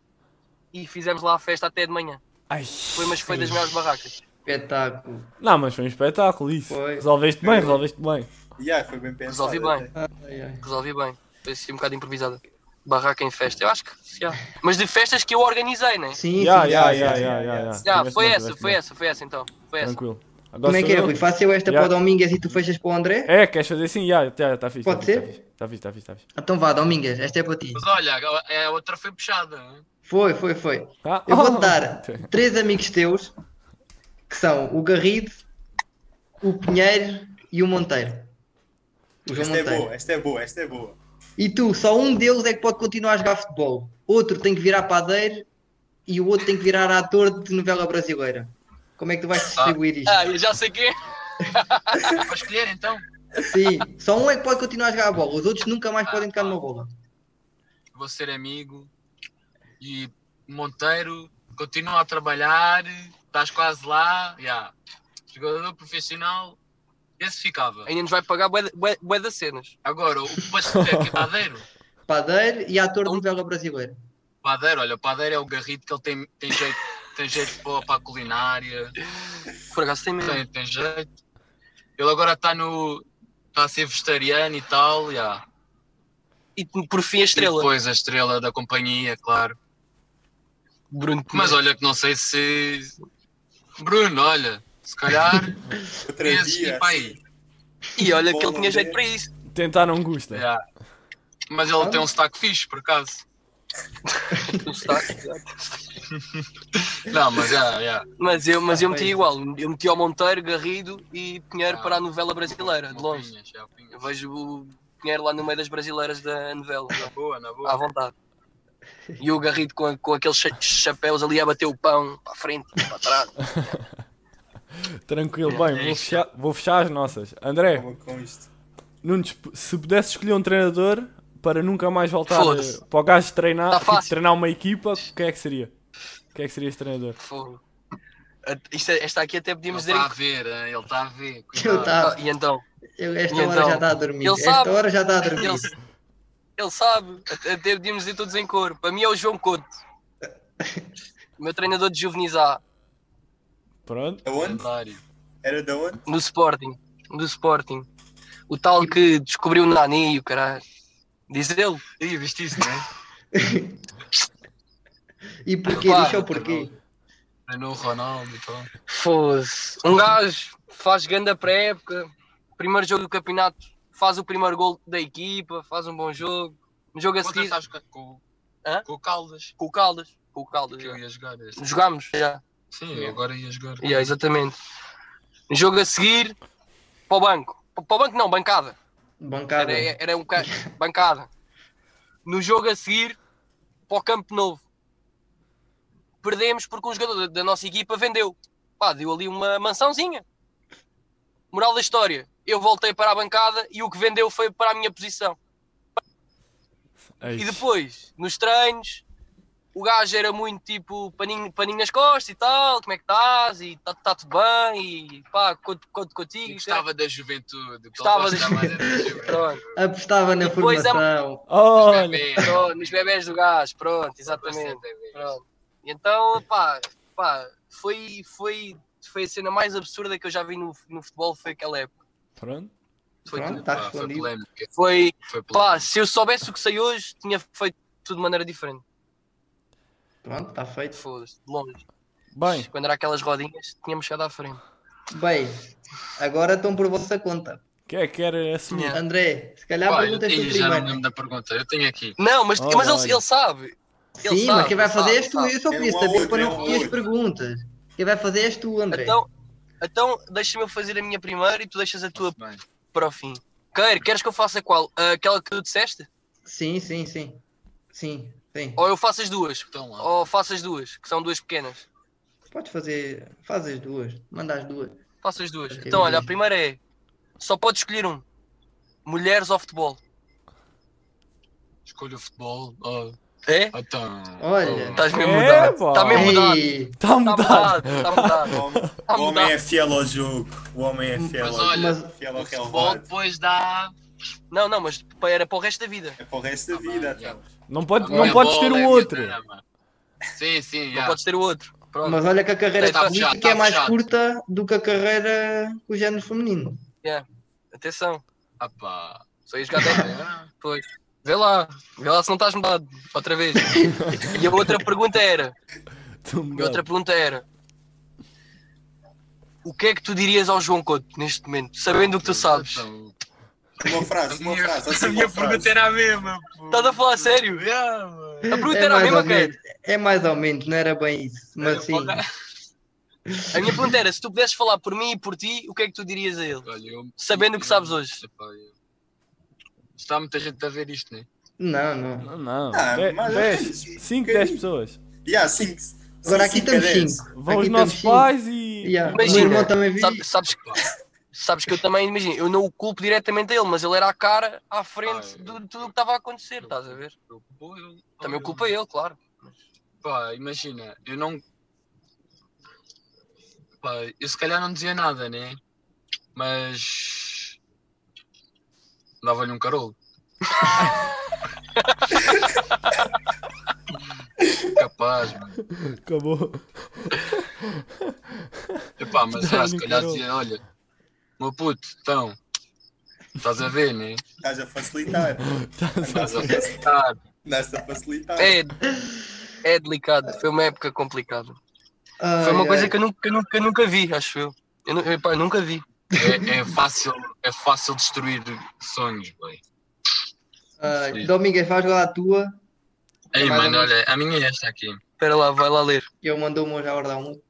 [SPEAKER 4] E fizemos lá a festa até de manhã.
[SPEAKER 3] Ai.
[SPEAKER 4] Foi, mas foi das melhores barracas.
[SPEAKER 2] Espetáculo.
[SPEAKER 3] Não, mas foi um espetáculo isso.
[SPEAKER 2] Foi.
[SPEAKER 3] Resolveste bem, resolveste bem.
[SPEAKER 5] Yeah, foi bem pensado.
[SPEAKER 4] Resolvi bem.
[SPEAKER 2] Ai, ai.
[SPEAKER 4] Resolvi bem. Foi assim um bocado improvisada. Barraca em festa, eu acho que. já. Mas de festas que eu organizei, né?
[SPEAKER 2] Sim,
[SPEAKER 3] Ya,
[SPEAKER 2] sim.
[SPEAKER 3] ya,
[SPEAKER 5] sim,
[SPEAKER 3] ya,
[SPEAKER 5] sim,
[SPEAKER 3] ya,
[SPEAKER 5] sim,
[SPEAKER 3] ya, ya.
[SPEAKER 5] sim.
[SPEAKER 4] Já,
[SPEAKER 3] Tiveste
[SPEAKER 4] foi
[SPEAKER 3] bem,
[SPEAKER 4] essa,
[SPEAKER 3] tiveste
[SPEAKER 4] foi
[SPEAKER 3] bem.
[SPEAKER 4] essa, foi essa então. Foi essa.
[SPEAKER 3] Tranquilo. Agora
[SPEAKER 2] Como é
[SPEAKER 3] sou
[SPEAKER 2] que é,
[SPEAKER 3] eu.
[SPEAKER 2] Rui? Faço eu esta
[SPEAKER 3] Ya.
[SPEAKER 2] para o Domingas e tu fechas para o André?
[SPEAKER 3] É, queres fazer assim? Já, já, está fixe.
[SPEAKER 2] Pode ser?
[SPEAKER 3] Está fixe, está fixe, está fixe.
[SPEAKER 2] Então vá, Domingas, esta é para ti.
[SPEAKER 1] Mas olha, a- a outra foi puxada. hein?
[SPEAKER 2] Foi, foi, foi.
[SPEAKER 3] Ah,
[SPEAKER 2] Eu vou
[SPEAKER 3] oh.
[SPEAKER 2] te dar três amigos teus, que são o Garrido, o Pinheiro e o Monteiro. O João
[SPEAKER 5] Esta é
[SPEAKER 2] Monteiro.
[SPEAKER 5] boa, esta é boa, esta é boa.
[SPEAKER 2] E tu, só um deles é que pode continuar a jogar futebol. Outro tem que virar padeiro e o outro tem que virar ator de novela brasileira. Como é que tu vais distribuir isto?
[SPEAKER 4] Ah, eu já sei que é.
[SPEAKER 1] Para escolher então.
[SPEAKER 2] Sim, só um é que pode continuar a jogar a bola, os outros nunca mais podem tocar numa bola.
[SPEAKER 1] vou ser amigo. E Monteiro, continua a trabalhar, estás quase lá. Yeah. Jogador profissional, esse ficava.
[SPEAKER 4] Ainda nos vai pagar bué de- bué bué das cenas.
[SPEAKER 1] Agora, o pastor que é padeiro.
[SPEAKER 2] Padeiro e ator de novela brasileira.
[SPEAKER 1] Padeiro, olha, o padeiro é o garrido que ele tem, tem jeito, tem jeito para, para a culinária,
[SPEAKER 4] Por acaso tem mesmo.
[SPEAKER 1] tem, tem jeito. Ele agora está no. está a ser vegetariano e tal, yeah.
[SPEAKER 4] E por fim a
[SPEAKER 1] E
[SPEAKER 4] estrela.
[SPEAKER 1] depois a estrela da companhia, claro.
[SPEAKER 4] Bruno
[SPEAKER 1] Mas olha que não sei se. Bruno, olha, se calhar
[SPEAKER 5] Outro
[SPEAKER 1] esse
[SPEAKER 5] dia.
[SPEAKER 1] tipo aí.
[SPEAKER 4] E olha que
[SPEAKER 5] Bom,
[SPEAKER 4] ele tinha jeito
[SPEAKER 5] André.
[SPEAKER 4] para isso.
[SPEAKER 3] Tentar não custa.
[SPEAKER 1] Yeah. Mas ele
[SPEAKER 4] Então?
[SPEAKER 1] tem um sotaque fixe, por acaso.
[SPEAKER 4] Um sotaque, exato.
[SPEAKER 1] Não, mas yeah, yeah.
[SPEAKER 4] Mas eu, mas eu meti
[SPEAKER 2] Pois.
[SPEAKER 4] igual. Eu meti ao Monteiro, Garrido e Pinheiro
[SPEAKER 1] Ah.
[SPEAKER 4] para a novela brasileira, de longe.
[SPEAKER 1] Opinhas, é, opinhas.
[SPEAKER 4] Eu vejo o Pinheiro lá no meio das brasileiras da novela,
[SPEAKER 1] Na boa, na
[SPEAKER 4] à
[SPEAKER 1] boa.
[SPEAKER 4] vontade. E o Garrido com, com aqueles cha- chapéus ali a bater o pão para a frente, para trás.
[SPEAKER 3] Tranquilo,
[SPEAKER 4] é
[SPEAKER 3] bem, vou fechar, vou fechar as nossas. André,
[SPEAKER 5] Acabou com isto.
[SPEAKER 3] Nunes, p- se pudesse escolher um treinador para nunca mais voltar
[SPEAKER 4] Foda-se.
[SPEAKER 3] eh, para o gajo treinar,
[SPEAKER 4] Tá
[SPEAKER 3] tipo,
[SPEAKER 4] fácil.
[SPEAKER 3] treinar uma equipa, quem é que seria? Quem é que seria esse treinador?
[SPEAKER 4] Fogo. A- isto é- Esta aqui até podíamos
[SPEAKER 1] Ele
[SPEAKER 4] dizer.
[SPEAKER 1] está a ver, hein? ele está a ver.
[SPEAKER 2] Eu
[SPEAKER 1] Cuidado.
[SPEAKER 4] Ah,
[SPEAKER 2] tá,
[SPEAKER 4] e então?
[SPEAKER 2] eu, esta
[SPEAKER 4] E
[SPEAKER 2] hora
[SPEAKER 4] então?
[SPEAKER 2] já está a dormir.
[SPEAKER 4] Ele
[SPEAKER 2] esta
[SPEAKER 4] sabe.
[SPEAKER 2] hora já está a dormir.
[SPEAKER 4] Ele, ele sabe, até até podíamos dizer todos em cor. Para mim é o João Couto, o meu treinador de juvenis A,
[SPEAKER 3] Pronto.
[SPEAKER 5] Da onde?
[SPEAKER 1] Lendário.
[SPEAKER 5] Era da onde?
[SPEAKER 4] no Sporting. Do Sporting. O tal que descobriu o Nani e o caralho. Diz ele.
[SPEAKER 1] Ih, viste isso, não é?
[SPEAKER 2] E porquê?
[SPEAKER 4] Claro,
[SPEAKER 2] Deixa o porquê.
[SPEAKER 1] Treinou o É Ronaldo então. e tal.
[SPEAKER 4] Foda-se. Um gajo faz ganda pré-época, primeiro jogo do campeonato, faz o primeiro gol da equipa, faz um bom jogo. No jogo a
[SPEAKER 1] Quanto
[SPEAKER 4] seguir,
[SPEAKER 1] estás com, com,
[SPEAKER 4] Hã?
[SPEAKER 1] com o Caldas?
[SPEAKER 4] com o Caldas. Com o Caldas,
[SPEAKER 1] Que eu
[SPEAKER 4] já.
[SPEAKER 1] ia jogar. este.
[SPEAKER 4] Jogámos, já.
[SPEAKER 1] Sim, eu agora ia jogar.
[SPEAKER 4] Já, exatamente. No jogo a seguir, para o banco. Pa- Para o banco não, bancada.
[SPEAKER 2] Bancada.
[SPEAKER 4] Era, era um ca... bancada. No jogo a seguir, para o campo novo. Perdemos porque um jogador da, da nossa equipa vendeu. Pá, deu ali uma mansãozinha. Moral da história. Eu voltei para a bancada e o que vendeu foi para a minha posição.
[SPEAKER 3] Ei,
[SPEAKER 4] E depois, nos treinos, o gajo era muito tipo paninho, paninho nas costas e tal, como é que estás? E está tá tudo bem, e pá, conto, conto
[SPEAKER 1] E
[SPEAKER 4] contigo.
[SPEAKER 1] gostava da juventude.
[SPEAKER 4] Gostava
[SPEAKER 1] da
[SPEAKER 4] da
[SPEAKER 1] juventude.
[SPEAKER 4] Pronto,
[SPEAKER 2] Apostava na
[SPEAKER 4] Depois a-
[SPEAKER 2] formação.
[SPEAKER 3] Olha,
[SPEAKER 4] pronto, nos bebés do gajo, pronto, exatamente. Pronto. E Então, pá, pá foi, foi, foi a cena mais absurda que eu já vi no, no futebol, foi aquela época.
[SPEAKER 3] pronto.
[SPEAKER 1] Foi
[SPEAKER 2] Pronto,
[SPEAKER 1] tudo,
[SPEAKER 2] tá
[SPEAKER 1] pá, foi
[SPEAKER 2] respondido.
[SPEAKER 1] polémica.
[SPEAKER 4] Foi,
[SPEAKER 1] Foi
[SPEAKER 4] pá,
[SPEAKER 1] polémica.
[SPEAKER 4] se eu soubesse o que sei hoje, tinha feito tudo de maneira diferente.
[SPEAKER 2] Pronto, está feito.
[SPEAKER 4] Foda-se, de longe.
[SPEAKER 3] Bem,
[SPEAKER 4] Quando era aquelas rodinhas, tínhamos chegado à frente.
[SPEAKER 2] Bem, agora estão por vossa conta.
[SPEAKER 3] Quem é que quer assumir?
[SPEAKER 4] Yeah.
[SPEAKER 2] André, se
[SPEAKER 4] é
[SPEAKER 2] calhar
[SPEAKER 1] Pá, eu
[SPEAKER 2] perguntas tu
[SPEAKER 1] tenho, já não me
[SPEAKER 2] primeiro.
[SPEAKER 1] lembro da pergunta. Eu tenho aqui.
[SPEAKER 4] Não, mas,
[SPEAKER 3] Olha,
[SPEAKER 4] mas ele,
[SPEAKER 3] olha.
[SPEAKER 4] ele sabe. Ele
[SPEAKER 2] Sim,
[SPEAKER 4] sabe,
[SPEAKER 2] mas quem vai
[SPEAKER 4] ele
[SPEAKER 2] fazer
[SPEAKER 4] sabe,
[SPEAKER 2] és tu,
[SPEAKER 4] ele
[SPEAKER 2] eu só
[SPEAKER 5] É
[SPEAKER 2] queria
[SPEAKER 5] um ao
[SPEAKER 2] saber
[SPEAKER 5] outro,
[SPEAKER 2] para
[SPEAKER 5] é um
[SPEAKER 2] não
[SPEAKER 5] ao
[SPEAKER 2] repetir as
[SPEAKER 5] outro.
[SPEAKER 2] perguntas. Quem vai fazer és tu, André.
[SPEAKER 4] Então, então deixa-me eu fazer a minha primeira e tu deixas a tua
[SPEAKER 1] Bem,
[SPEAKER 4] para o fim. Queiro, queres que eu faça qual? Ah, Aquela que tu disseste?
[SPEAKER 2] Sim, sim, sim. Sim, sim.
[SPEAKER 4] Ou eu faço as duas?
[SPEAKER 1] então lá.
[SPEAKER 4] Ou faço as duas, que são duas pequenas.
[SPEAKER 2] Podes fazer. Faz as duas. Manda as duas.
[SPEAKER 4] Faço as duas.
[SPEAKER 2] Ok,
[SPEAKER 4] Então, olha, a
[SPEAKER 2] beleza.
[SPEAKER 4] primeira é. Só podes escolher um. Mulheres ou futebol.
[SPEAKER 1] Escolho o futebol. Oh,
[SPEAKER 4] É?
[SPEAKER 1] então.
[SPEAKER 2] Olha.
[SPEAKER 1] oh,
[SPEAKER 4] Estás mesmo
[SPEAKER 3] É,
[SPEAKER 4] mudado.
[SPEAKER 3] pá.
[SPEAKER 4] Está mesmo mudado.
[SPEAKER 2] Ei,
[SPEAKER 3] Está Tá a
[SPEAKER 4] Está
[SPEAKER 3] mudar.
[SPEAKER 4] mudado. Está mudado.
[SPEAKER 5] O homem-
[SPEAKER 4] Tá
[SPEAKER 5] o homem
[SPEAKER 4] mudado.
[SPEAKER 5] é fiel ao jogo. O homem é fiel ao
[SPEAKER 1] olha,
[SPEAKER 2] mas
[SPEAKER 5] fiel ao
[SPEAKER 1] o futebol
[SPEAKER 5] relevado.
[SPEAKER 1] depois dá.
[SPEAKER 4] Não, não, mas pa- era para o resto da vida.
[SPEAKER 5] É para o resto da
[SPEAKER 1] bem,
[SPEAKER 5] vida,
[SPEAKER 1] já.
[SPEAKER 5] então.
[SPEAKER 3] Não,
[SPEAKER 4] Tá
[SPEAKER 3] pode,
[SPEAKER 1] Agora
[SPEAKER 3] não
[SPEAKER 1] a
[SPEAKER 3] podes
[SPEAKER 1] bola
[SPEAKER 3] ter
[SPEAKER 1] é a
[SPEAKER 3] um
[SPEAKER 1] minha
[SPEAKER 3] outro.
[SPEAKER 1] drama. Sim, sim,
[SPEAKER 4] Não
[SPEAKER 1] já.
[SPEAKER 4] podes ter o outro. Pronto.
[SPEAKER 2] mas olha que a carreira
[SPEAKER 1] Tá
[SPEAKER 2] política
[SPEAKER 1] puxado,
[SPEAKER 2] é
[SPEAKER 1] tá
[SPEAKER 2] mais
[SPEAKER 1] puxado.
[SPEAKER 2] curta do que a carreira com o género feminino.
[SPEAKER 4] Atenção.
[SPEAKER 1] Ah, pá.
[SPEAKER 4] Só ia jogar bem.
[SPEAKER 1] Ah,
[SPEAKER 4] Pois. Vê lá. Vê lá se não estás mudado. Outra vez. E a outra pergunta era.
[SPEAKER 3] Estou
[SPEAKER 4] E outra
[SPEAKER 3] mudado.
[SPEAKER 4] pergunta era. O que é que tu dirias ao João Couto neste momento, sabendo o que tu sabes?
[SPEAKER 1] então,
[SPEAKER 5] Uma frase, uma frase. Assim,
[SPEAKER 1] a
[SPEAKER 5] uma
[SPEAKER 1] minha
[SPEAKER 5] frase.
[SPEAKER 1] pergunta era a mesma. pô.
[SPEAKER 4] Estás a falar a sério? Ah,
[SPEAKER 1] Já, mano.
[SPEAKER 4] A pergunta
[SPEAKER 2] É
[SPEAKER 4] era a
[SPEAKER 2] mais, ou
[SPEAKER 4] mesma que era.
[SPEAKER 2] menos, é mais ou menos, não era bem isso. Mas sim.
[SPEAKER 4] A minha pergunta era: se tu pudesses falar por mim e por ti, o que é que tu dirias a ele?
[SPEAKER 1] Olha, eu-
[SPEAKER 4] Sabendo o que sabes hoje.
[SPEAKER 1] Epá, eu- Está muita gente a ver isto, né?
[SPEAKER 2] Não, não.
[SPEAKER 3] Não, não.
[SPEAKER 5] Ah,
[SPEAKER 3] De-
[SPEAKER 5] mais ou
[SPEAKER 3] dez,
[SPEAKER 5] menos.
[SPEAKER 3] cinco,
[SPEAKER 5] Ok.
[SPEAKER 3] dez pessoas.
[SPEAKER 5] Yeah, cinco.
[SPEAKER 2] Agora aqui
[SPEAKER 5] cinco
[SPEAKER 2] estamos
[SPEAKER 5] cadeiros.
[SPEAKER 2] cinco. Aqui
[SPEAKER 3] Vão os
[SPEAKER 2] estamos
[SPEAKER 3] nossos
[SPEAKER 2] cinco.
[SPEAKER 3] pais e.
[SPEAKER 2] Yeah. O meu
[SPEAKER 4] Imagina.
[SPEAKER 2] irmão também viu.
[SPEAKER 4] Sabe- sabes, que, sabes que eu também, imagino, eu não o culpo diretamente a ele, mas ele era a cara à
[SPEAKER 1] Ah,
[SPEAKER 4] frente
[SPEAKER 1] é.
[SPEAKER 4] de tudo o que estava a acontecer, estás a ver?
[SPEAKER 1] Eu- pô, eu- olha,
[SPEAKER 4] Também o culpa ele, claro.
[SPEAKER 1] Pá, imagina, eu não. Pá, eu se calhar não dizia nada, né? Mas. Dava-lhe um carolo. Capaz, mano.
[SPEAKER 3] Acabou.
[SPEAKER 1] Epá, mas já,
[SPEAKER 3] Dava-lhe
[SPEAKER 1] se
[SPEAKER 3] um
[SPEAKER 1] calhar
[SPEAKER 3] carolo.
[SPEAKER 1] dizia: olha, meu puto, então, estás a ver, né? Ah,
[SPEAKER 5] Estás a facilitar.
[SPEAKER 1] Estás a pensar.
[SPEAKER 5] Estás a
[SPEAKER 2] Ah.
[SPEAKER 5] facilitar.
[SPEAKER 4] É, é delicado, foi uma época complicada. Foi uma
[SPEAKER 2] Ai,
[SPEAKER 4] coisa
[SPEAKER 2] ai.
[SPEAKER 4] que eu nunca, que eu nunca, eu nunca vi, acho eu. Eu, nu- epá, eu nunca vi.
[SPEAKER 1] É, é fácil, é fácil destruir sonhos, boy.
[SPEAKER 2] Ai, Domingues, faz lá a tua.
[SPEAKER 1] Ei,
[SPEAKER 2] Mais ou
[SPEAKER 1] mano, olha, a minha é esta aqui.
[SPEAKER 4] Espera lá, vai lá ler.
[SPEAKER 2] Eu mandou uma hoje à hora de almoço.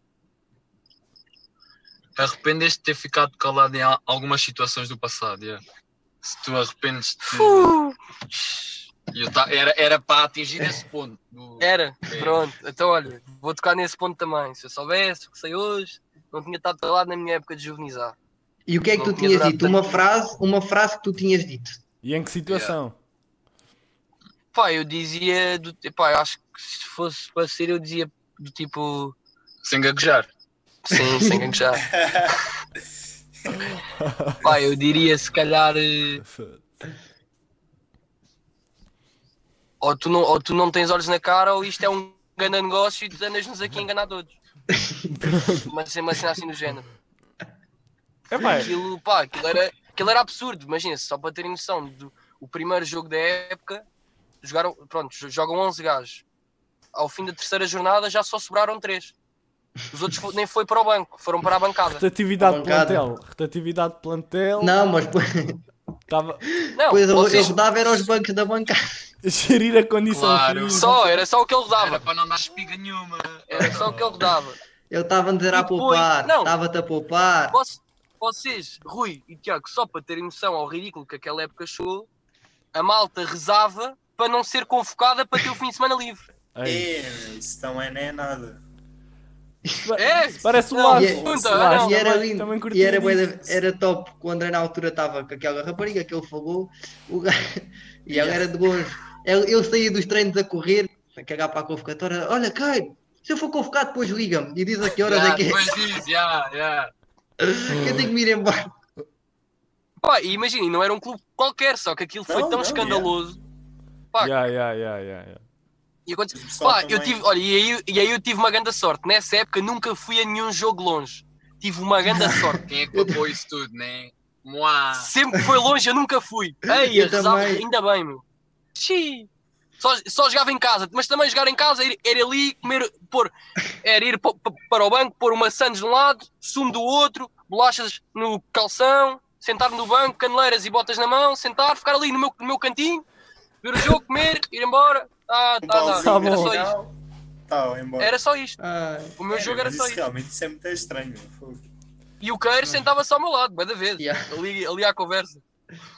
[SPEAKER 1] Arrependes de ter ficado calado em al- algumas situações do passado, yeah. Se tu arrependes de
[SPEAKER 4] Uh,
[SPEAKER 1] eu ta- era, era para atingir esse ponto. do-
[SPEAKER 4] Era, pronto. Então olha, vou tocar nesse ponto também. Se eu soubesse o que sei hoje, não tinha estado calado na minha época de juvenizar.
[SPEAKER 2] E o que é que tu
[SPEAKER 4] Não tinha
[SPEAKER 2] tinhas
[SPEAKER 4] durado
[SPEAKER 2] dito? Uma
[SPEAKER 4] tanto.
[SPEAKER 2] frase, uma frase que tu tinhas dito.
[SPEAKER 3] E em que situação?
[SPEAKER 4] Pá, eu dizia do pá, eu acho que se fosse para ser, eu dizia do tipo
[SPEAKER 1] Sem gaguejar.
[SPEAKER 4] sim, sem ganchar. pá, eu diria se calhar eh, ou tu, não, ou tu não tens olhos na cara ou isto é um grande negócio e tu andas-nos aqui a enganar todos. Mas sem uma cena assim do género.
[SPEAKER 3] É pá,
[SPEAKER 4] Aquilo, pá, aquilo era, aquilo era absurdo, imagina-se, só para terem noção do o primeiro jogo da época, jogaram, pronto, jo- jogam 11 gajos. Ao fim da terceira jornada já só sobraram 3. Os outros fo- nem foi para o banco, foram para a bancada.
[SPEAKER 3] rotatividade de
[SPEAKER 2] Bancada.
[SPEAKER 3] plantel. Rotatividade de plantel.
[SPEAKER 2] Não, mas depois,
[SPEAKER 3] Tava...
[SPEAKER 4] Não,
[SPEAKER 2] depois eu, eu
[SPEAKER 4] vocês-
[SPEAKER 2] rodava era aos bancos da bancada.
[SPEAKER 3] Gerir a condição
[SPEAKER 1] Claro.
[SPEAKER 3] física.
[SPEAKER 4] só, era só o que ele
[SPEAKER 1] Era
[SPEAKER 4] rodava.
[SPEAKER 1] para não dar espiga nenhuma.
[SPEAKER 4] Era só o que ele rodava.
[SPEAKER 2] Eu estava a dizer
[SPEAKER 4] E
[SPEAKER 2] a
[SPEAKER 4] depois-
[SPEAKER 2] poupar.
[SPEAKER 4] não.
[SPEAKER 2] Estava-te a poupar.
[SPEAKER 4] Voc- Vocês, Rui e Tiago, só para terem noção ao ridículo que aquela época chegou, a malta rezava para não ser convocada para ter o fim de semana livre.
[SPEAKER 3] Ei,
[SPEAKER 5] É, isso também não é nada.
[SPEAKER 4] É,
[SPEAKER 3] Parece o
[SPEAKER 4] não,
[SPEAKER 3] Lázaro.
[SPEAKER 2] e-
[SPEAKER 4] pergunta,
[SPEAKER 3] O Lázaro
[SPEAKER 4] não,
[SPEAKER 2] E era
[SPEAKER 3] também-
[SPEAKER 2] lindo,
[SPEAKER 3] também
[SPEAKER 2] e
[SPEAKER 3] curtia
[SPEAKER 2] era, bué
[SPEAKER 3] disso.
[SPEAKER 2] da- era top. Quando o André na altura estava com aquela rapariga que ele falou, o gajo- e ela era de longe. Eu, eu saía dos treinos a correr, a cagar para a convocatória. Olha, Caio, se eu for convocado, depois liga-me e diz a que horas
[SPEAKER 1] Já,
[SPEAKER 2] é que, é,
[SPEAKER 1] depois disso, já, já.
[SPEAKER 2] que eu tenho que me ir embora.
[SPEAKER 4] Pá, e imagina, e não era um clube qualquer, só que aquilo foi
[SPEAKER 5] Não,
[SPEAKER 4] tão
[SPEAKER 5] não,
[SPEAKER 4] escandaloso. Pá,
[SPEAKER 3] Ya, ya, ya, ya, ya.
[SPEAKER 4] e aconteceu.
[SPEAKER 5] O pessoal
[SPEAKER 4] Pá, eu
[SPEAKER 5] também-
[SPEAKER 4] tive, olha, e aí, e aí eu tive uma grande sorte. Nessa época nunca fui a nenhum jogo longe. Tive uma grande sorte.
[SPEAKER 1] Quem é que papou isso tudo, né? Moá.
[SPEAKER 4] Sempre que foi longe, eu nunca fui. Ei,
[SPEAKER 2] Eu
[SPEAKER 4] eu rezava,
[SPEAKER 2] também.
[SPEAKER 4] ainda bem, meu. Xiii. Só, só jogava em casa, mas também jogar em casa era, era ali comer, pôr, era ir pa- pa- para o banco, pôr uma sandes de um lado, sumo do outro, bolachas no calção, sentar no banco, caneleiras e botas na mão, sentar, ficar ali no meu, no meu cantinho, ver o jogo, comer, ir embora. Ah, tá, tá.
[SPEAKER 3] Tá
[SPEAKER 4] Era
[SPEAKER 3] bom.
[SPEAKER 4] só isto.
[SPEAKER 5] Tá, vai embora.
[SPEAKER 4] Era só isto.
[SPEAKER 2] Ah,
[SPEAKER 4] O meu
[SPEAKER 5] É,
[SPEAKER 4] jogo era
[SPEAKER 5] mas
[SPEAKER 4] só
[SPEAKER 5] isso
[SPEAKER 4] isto.
[SPEAKER 5] Realmente isso é muito estranho. fogo.
[SPEAKER 4] E o Queiro sentava-se ao meu lado, bué da vez.
[SPEAKER 2] Yeah.
[SPEAKER 4] Ali, ali à conversa.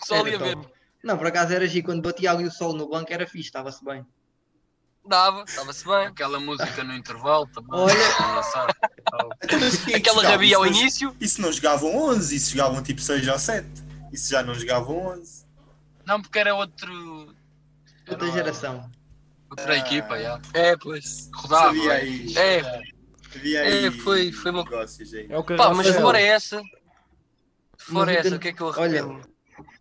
[SPEAKER 4] Só
[SPEAKER 2] era
[SPEAKER 4] ali a ver.
[SPEAKER 2] top. Não, por acaso era giro. Quando batia ali o sol no banco era fixe, estava-se bem.
[SPEAKER 4] Dava, estava-se bem.
[SPEAKER 1] Aquela música no intervalo também. é
[SPEAKER 2] Olha.
[SPEAKER 1] Engraçado.
[SPEAKER 5] Então, mas quem é que
[SPEAKER 4] Aquela
[SPEAKER 5] jogava?
[SPEAKER 4] rabia ao
[SPEAKER 5] Isso não-
[SPEAKER 4] início.
[SPEAKER 5] Isso não jogavam 11, isso jogavam tipo 6 ou 7. Isso já não jogavam 11.
[SPEAKER 1] Não, porque era outro. era
[SPEAKER 2] Outra geração.
[SPEAKER 1] Outra
[SPEAKER 5] Ah.
[SPEAKER 1] equipa, já.
[SPEAKER 4] É, pois.
[SPEAKER 1] Rodava.
[SPEAKER 5] Sabia aí.
[SPEAKER 4] É,
[SPEAKER 5] Havia
[SPEAKER 4] É,
[SPEAKER 5] aí
[SPEAKER 4] foi- foi uma-
[SPEAKER 5] negócios aí.
[SPEAKER 3] É o que
[SPEAKER 4] pá, mas
[SPEAKER 3] Rafael-
[SPEAKER 4] fora essa. Fora
[SPEAKER 2] Mas eu
[SPEAKER 4] essa,
[SPEAKER 2] tenho-
[SPEAKER 4] o que é que eu
[SPEAKER 2] Olha,
[SPEAKER 4] arrependo?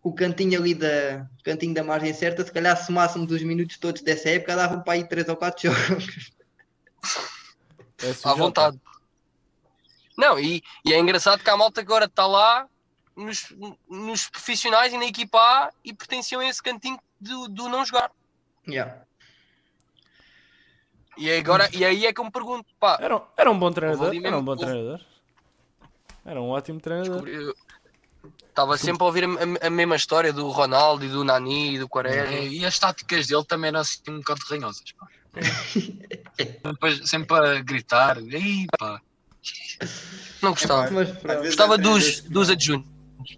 [SPEAKER 2] o cantinho ali da o cantinho da margem certa, se calhar somássemos os minutos todos dessa época, davam para aí 3 ou 4 jogos.
[SPEAKER 3] É sujeito.
[SPEAKER 4] à vontade. Não, e, e é engraçado que a malta agora está lá nos, nos profissionais e na equipa A e pertenciam a esse cantinho do, do não jogar.
[SPEAKER 2] Yeah.
[SPEAKER 4] E, agora, e aí é que eu me pergunto, pá,
[SPEAKER 3] Era, um- era um bom treinador.
[SPEAKER 4] ali
[SPEAKER 3] Era um
[SPEAKER 4] mesmo-
[SPEAKER 3] bom treinador. Era um ótimo treinador.
[SPEAKER 4] eu- estava sempre a ouvir a, a- a mesma história do Ronaldo e do Nani e do Quaresma.
[SPEAKER 1] É, E as táticas dele também eram assim um bocado ranhosas, pá. Sempre, sempre a gritar. Ei, pá.
[SPEAKER 4] Não gostava.
[SPEAKER 2] Mas
[SPEAKER 5] Às
[SPEAKER 2] pronto.
[SPEAKER 5] vezes há
[SPEAKER 4] Gostava dos,
[SPEAKER 5] treinadores que
[SPEAKER 4] dos
[SPEAKER 5] não-
[SPEAKER 4] adjuntos.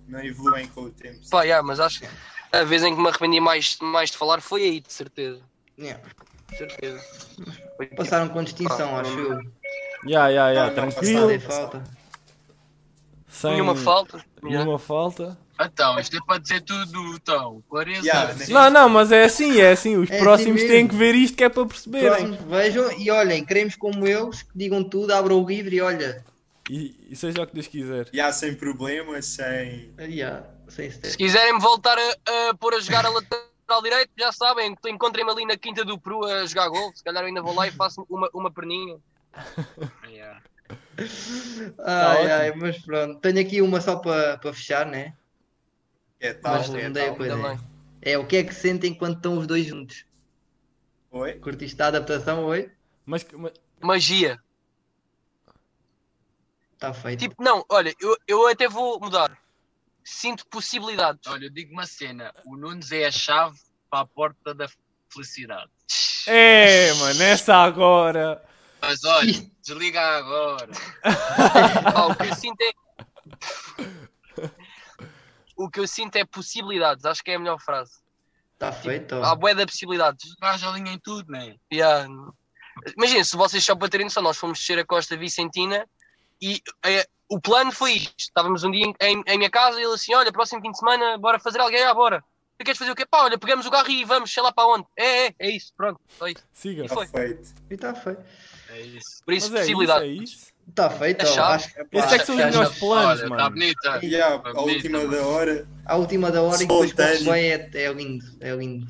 [SPEAKER 5] Não evoluem com o tempo.
[SPEAKER 4] Pá, yeah, mas acho que a vez em que me arrependi mais, mais de falar foi aí, de certeza.
[SPEAKER 2] Yeah.
[SPEAKER 4] De certeza. Foi- tipo,
[SPEAKER 2] Passaram com distinção,
[SPEAKER 4] Pá,
[SPEAKER 2] acho eu.
[SPEAKER 3] Ya, ya,
[SPEAKER 5] Ah,
[SPEAKER 3] ya,
[SPEAKER 5] não,
[SPEAKER 3] tranquilo.
[SPEAKER 2] Fazem falta.
[SPEAKER 3] Sem
[SPEAKER 4] Nenhuma falta. tá
[SPEAKER 3] nenhuma falta.
[SPEAKER 1] Então, isto é para dizer tudo, então. Clareza.
[SPEAKER 5] Yeah, né?
[SPEAKER 3] Não, não, mas é assim, é assim. Os
[SPEAKER 2] É assim
[SPEAKER 3] próximos têm
[SPEAKER 2] mesmo.
[SPEAKER 3] que ver isto que é para perceberem.
[SPEAKER 2] Pronto, vejam e olhem, queremos como eles, que digam tudo, abram o livro e olha.
[SPEAKER 3] E, e seja o que Deus quiser.
[SPEAKER 5] E há sem problemas, sem.
[SPEAKER 2] Yeah, sem
[SPEAKER 4] Se
[SPEAKER 2] stress.
[SPEAKER 4] quiserem me voltar a, a pôr a jogar a lateral direito, já sabem, encontrem-me ali na Quinta do Peru a jogar gol. Se calhar eu ainda vou lá e faço uma, uma perninha.
[SPEAKER 1] Yeah.
[SPEAKER 4] tá
[SPEAKER 2] Ai,
[SPEAKER 3] ótimo.
[SPEAKER 2] ai, mas pronto. Tenho aqui uma só para para fechar, né?
[SPEAKER 5] É tal,
[SPEAKER 2] Mas
[SPEAKER 5] é
[SPEAKER 2] não dei a
[SPEAKER 5] tal.
[SPEAKER 2] coisa.
[SPEAKER 4] Tá então, Ainda bem.
[SPEAKER 2] É o que é que sentem quando estão os dois juntos?
[SPEAKER 5] Oi?
[SPEAKER 2] Curtiste a adaptação, oi?
[SPEAKER 3] Mas, mas
[SPEAKER 4] Magia.
[SPEAKER 2] Está Tá feito.
[SPEAKER 4] Tipo, não, olha, eu, eu até vou mudar. Sinto possibilidades.
[SPEAKER 1] Olha, eu digo uma cena. O Nunes é a chave para a porta da felicidade.
[SPEAKER 3] é, mano, essa agora.
[SPEAKER 1] Mas olha, desliga agora.
[SPEAKER 4] Pá, o que eu sinto é. O que eu sinto é possibilidades. Acho que é a melhor frase.
[SPEAKER 2] Está tá
[SPEAKER 4] tipo,
[SPEAKER 2] feito. ó.
[SPEAKER 4] Há bué de possibilidades.
[SPEAKER 1] Gás a linha em tudo, né?
[SPEAKER 4] Yeah. Imagina, se vocês só baterem só nós fomos descer a Costa Vicentina e eh, o plano foi isto. Estávamos um dia em, em- em minha casa e ele assim: Olha, próximo fim de semana, bora fazer alguém, ah, bora. Tu queres fazer o quê? Pá, olha, pegamos o carro e vamos, sei lá para onde. É, é, é isso, pronto, só isso.
[SPEAKER 3] Siga.
[SPEAKER 5] é
[SPEAKER 4] Foi.
[SPEAKER 5] Perfeito.
[SPEAKER 2] E está feito.
[SPEAKER 1] É isso.
[SPEAKER 4] Por isso,
[SPEAKER 3] Mas é isso,
[SPEAKER 4] possibilidade.
[SPEAKER 3] é isso.
[SPEAKER 2] Está feito.
[SPEAKER 4] É
[SPEAKER 2] ó.
[SPEAKER 4] chave.
[SPEAKER 2] Acho que pá,
[SPEAKER 3] Esses é que são os
[SPEAKER 2] já-
[SPEAKER 3] melhores planos,
[SPEAKER 1] Olha, tá
[SPEAKER 3] mano.
[SPEAKER 1] bonita.
[SPEAKER 5] E há, à
[SPEAKER 1] Bonita,
[SPEAKER 5] última
[SPEAKER 1] mano.
[SPEAKER 5] da hora.
[SPEAKER 2] à última da hora e depois quando
[SPEAKER 5] Espontâneo.
[SPEAKER 2] bem é, é lindo. É lindo.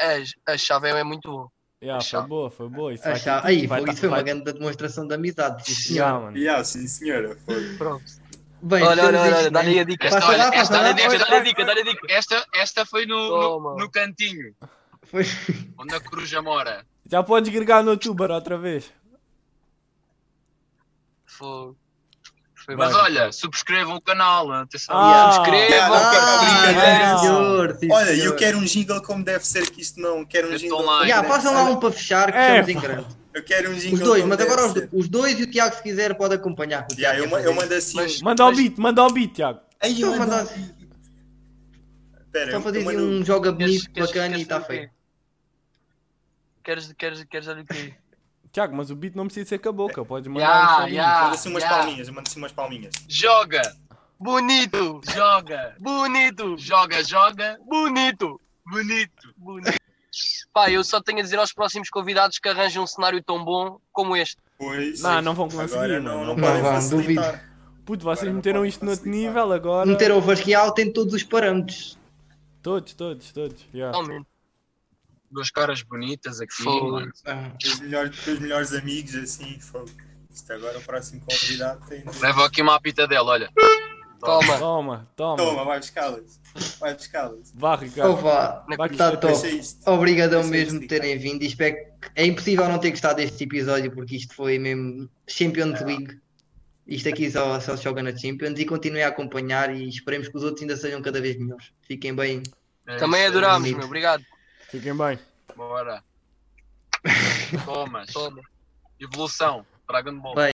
[SPEAKER 4] A, a chave é muito boa.
[SPEAKER 3] Ya, foi
[SPEAKER 1] Achar.
[SPEAKER 3] boa, foi boa. Isso, vai
[SPEAKER 2] Achar...
[SPEAKER 3] ter-
[SPEAKER 2] É, Aí,
[SPEAKER 3] vai
[SPEAKER 2] foi-
[SPEAKER 3] tá-
[SPEAKER 2] isso foi uma
[SPEAKER 3] vai-
[SPEAKER 2] grande demonstração de amizade. sim, senhor.
[SPEAKER 3] Ya, mano.
[SPEAKER 5] E há, sim senhora. Foi.
[SPEAKER 4] Pronto.
[SPEAKER 2] Bem,
[SPEAKER 4] Olha, olha,
[SPEAKER 2] fechamos
[SPEAKER 4] olha,
[SPEAKER 2] isto, né?
[SPEAKER 4] dá-lhe a dica.
[SPEAKER 2] Passa
[SPEAKER 1] Olha,
[SPEAKER 2] lá,
[SPEAKER 1] esta
[SPEAKER 2] passa lá.
[SPEAKER 1] olha,
[SPEAKER 4] Dá-lhe
[SPEAKER 1] esta-
[SPEAKER 4] a dica, dá-lhe a dica.
[SPEAKER 1] Esta, esta foi no, no,
[SPEAKER 4] Toma.
[SPEAKER 1] no cantinho,
[SPEAKER 2] Foi-
[SPEAKER 1] onde a coruja mora.
[SPEAKER 3] Já podes gregar no tuber outra vez.
[SPEAKER 4] Foi. Foi
[SPEAKER 1] Mas
[SPEAKER 4] bem.
[SPEAKER 1] olha, subscrevam o canal, atenção.
[SPEAKER 3] Ah.
[SPEAKER 4] Subscrevam.
[SPEAKER 5] Ah,
[SPEAKER 2] Ah,
[SPEAKER 3] brincadeiras.
[SPEAKER 2] sim, senhor, sim,
[SPEAKER 5] Olha, eu
[SPEAKER 2] senhor.
[SPEAKER 4] é
[SPEAKER 5] quero um jingle como deve ser, que isto não. Quero um
[SPEAKER 1] Eu
[SPEAKER 5] jingle.
[SPEAKER 1] tô lá.
[SPEAKER 2] Já,
[SPEAKER 5] como
[SPEAKER 2] passam
[SPEAKER 5] deve
[SPEAKER 2] lá
[SPEAKER 5] ser.
[SPEAKER 2] um para fechar que
[SPEAKER 3] É,
[SPEAKER 2] estamos em
[SPEAKER 3] pá.
[SPEAKER 2] grande.
[SPEAKER 5] Eu quero um jingle.
[SPEAKER 2] Os dois,
[SPEAKER 5] como
[SPEAKER 2] mas
[SPEAKER 5] deve
[SPEAKER 2] agora os,
[SPEAKER 5] ser.
[SPEAKER 2] os dois e o Tiago, se quiser, pode acompanhar. que o
[SPEAKER 5] Yeah,
[SPEAKER 2] Tiago quer
[SPEAKER 5] eu, ma- eu
[SPEAKER 2] fazer.
[SPEAKER 5] mando assim.
[SPEAKER 4] Mas-
[SPEAKER 2] um
[SPEAKER 3] Manda o beat, manda o beat, Tiago.
[SPEAKER 5] Ai,
[SPEAKER 2] Então
[SPEAKER 5] eu mando.
[SPEAKER 2] manda-
[SPEAKER 5] Espera,
[SPEAKER 2] Só
[SPEAKER 5] eu
[SPEAKER 2] fazer assim
[SPEAKER 5] mando-
[SPEAKER 2] um joga
[SPEAKER 4] Queres-
[SPEAKER 2] bonito,
[SPEAKER 4] queres-
[SPEAKER 2] bacana e
[SPEAKER 4] queres
[SPEAKER 2] está
[SPEAKER 4] saber o é.
[SPEAKER 2] feito.
[SPEAKER 4] quê? Queres, queres, queres olhar o quê?
[SPEAKER 3] Tiago, mas o beat não precisa ser com a boca. Podes mandar
[SPEAKER 1] Ya,
[SPEAKER 3] um solinho.
[SPEAKER 1] ya.
[SPEAKER 5] Manda assim umas
[SPEAKER 1] Ah, Yeah.
[SPEAKER 5] palminhas, manda assim umas palminhas.
[SPEAKER 1] Joga,
[SPEAKER 4] Bonito!
[SPEAKER 1] joga,
[SPEAKER 4] Bonito!
[SPEAKER 1] joga, joga,
[SPEAKER 4] Bonito!
[SPEAKER 1] bonito.
[SPEAKER 4] Bonito! Pá, eu só tenho a dizer aos próximos convidados que arranjem um cenário tão bom como este.
[SPEAKER 5] Pois.
[SPEAKER 3] Não, não vão conseguir,
[SPEAKER 5] Agora
[SPEAKER 3] mano,
[SPEAKER 5] não,
[SPEAKER 3] não
[SPEAKER 5] não podem
[SPEAKER 2] vão,
[SPEAKER 5] facilitar.
[SPEAKER 3] Puto, vocês
[SPEAKER 5] Agora não
[SPEAKER 3] meteram
[SPEAKER 5] pode
[SPEAKER 3] isto no outro
[SPEAKER 5] facilitar.
[SPEAKER 3] nível agora.
[SPEAKER 2] Meteram o Vasquial, tem todos os parâmetros.
[SPEAKER 3] Todos, todos, todos. ya.
[SPEAKER 4] Totalmente.
[SPEAKER 1] Duas caras bonitas aqui,
[SPEAKER 4] Fogo.
[SPEAKER 1] mano.
[SPEAKER 2] Ah,
[SPEAKER 5] Os melhores, os melhores amigos, assim, fogo. Isto agora o próximo convidado tem.
[SPEAKER 1] Leva aqui uma apita dela, olha.
[SPEAKER 4] Toma!
[SPEAKER 3] Toma, toma.
[SPEAKER 5] Toma, vai buscá-las. Vai buscá-las.
[SPEAKER 3] Vá,
[SPEAKER 2] então
[SPEAKER 3] Ricardo.
[SPEAKER 2] vá.
[SPEAKER 4] Na
[SPEAKER 3] Vai
[SPEAKER 4] cruz.
[SPEAKER 2] Tá
[SPEAKER 3] custar-
[SPEAKER 2] top.
[SPEAKER 5] Deixa isto.
[SPEAKER 2] Obrigadão
[SPEAKER 5] Sim,
[SPEAKER 2] mesmo
[SPEAKER 5] sim,
[SPEAKER 2] de terem vindo. e é Espero que... É impossível não ter gostado deste episódio porque isto foi mesmo Champions League. Isto aqui só, só se joga na Champions e continuem a acompanhar e esperemos que os outros ainda sejam cada vez melhores. Fiquem bem.
[SPEAKER 4] Também
[SPEAKER 1] É isso,
[SPEAKER 4] adorámos,
[SPEAKER 2] bonito.
[SPEAKER 4] meu. Obrigado.
[SPEAKER 3] Fiquem bem.
[SPEAKER 1] Bora. Thomas.
[SPEAKER 4] Toma.
[SPEAKER 1] Evolução. Dragon Ball.
[SPEAKER 2] Bem,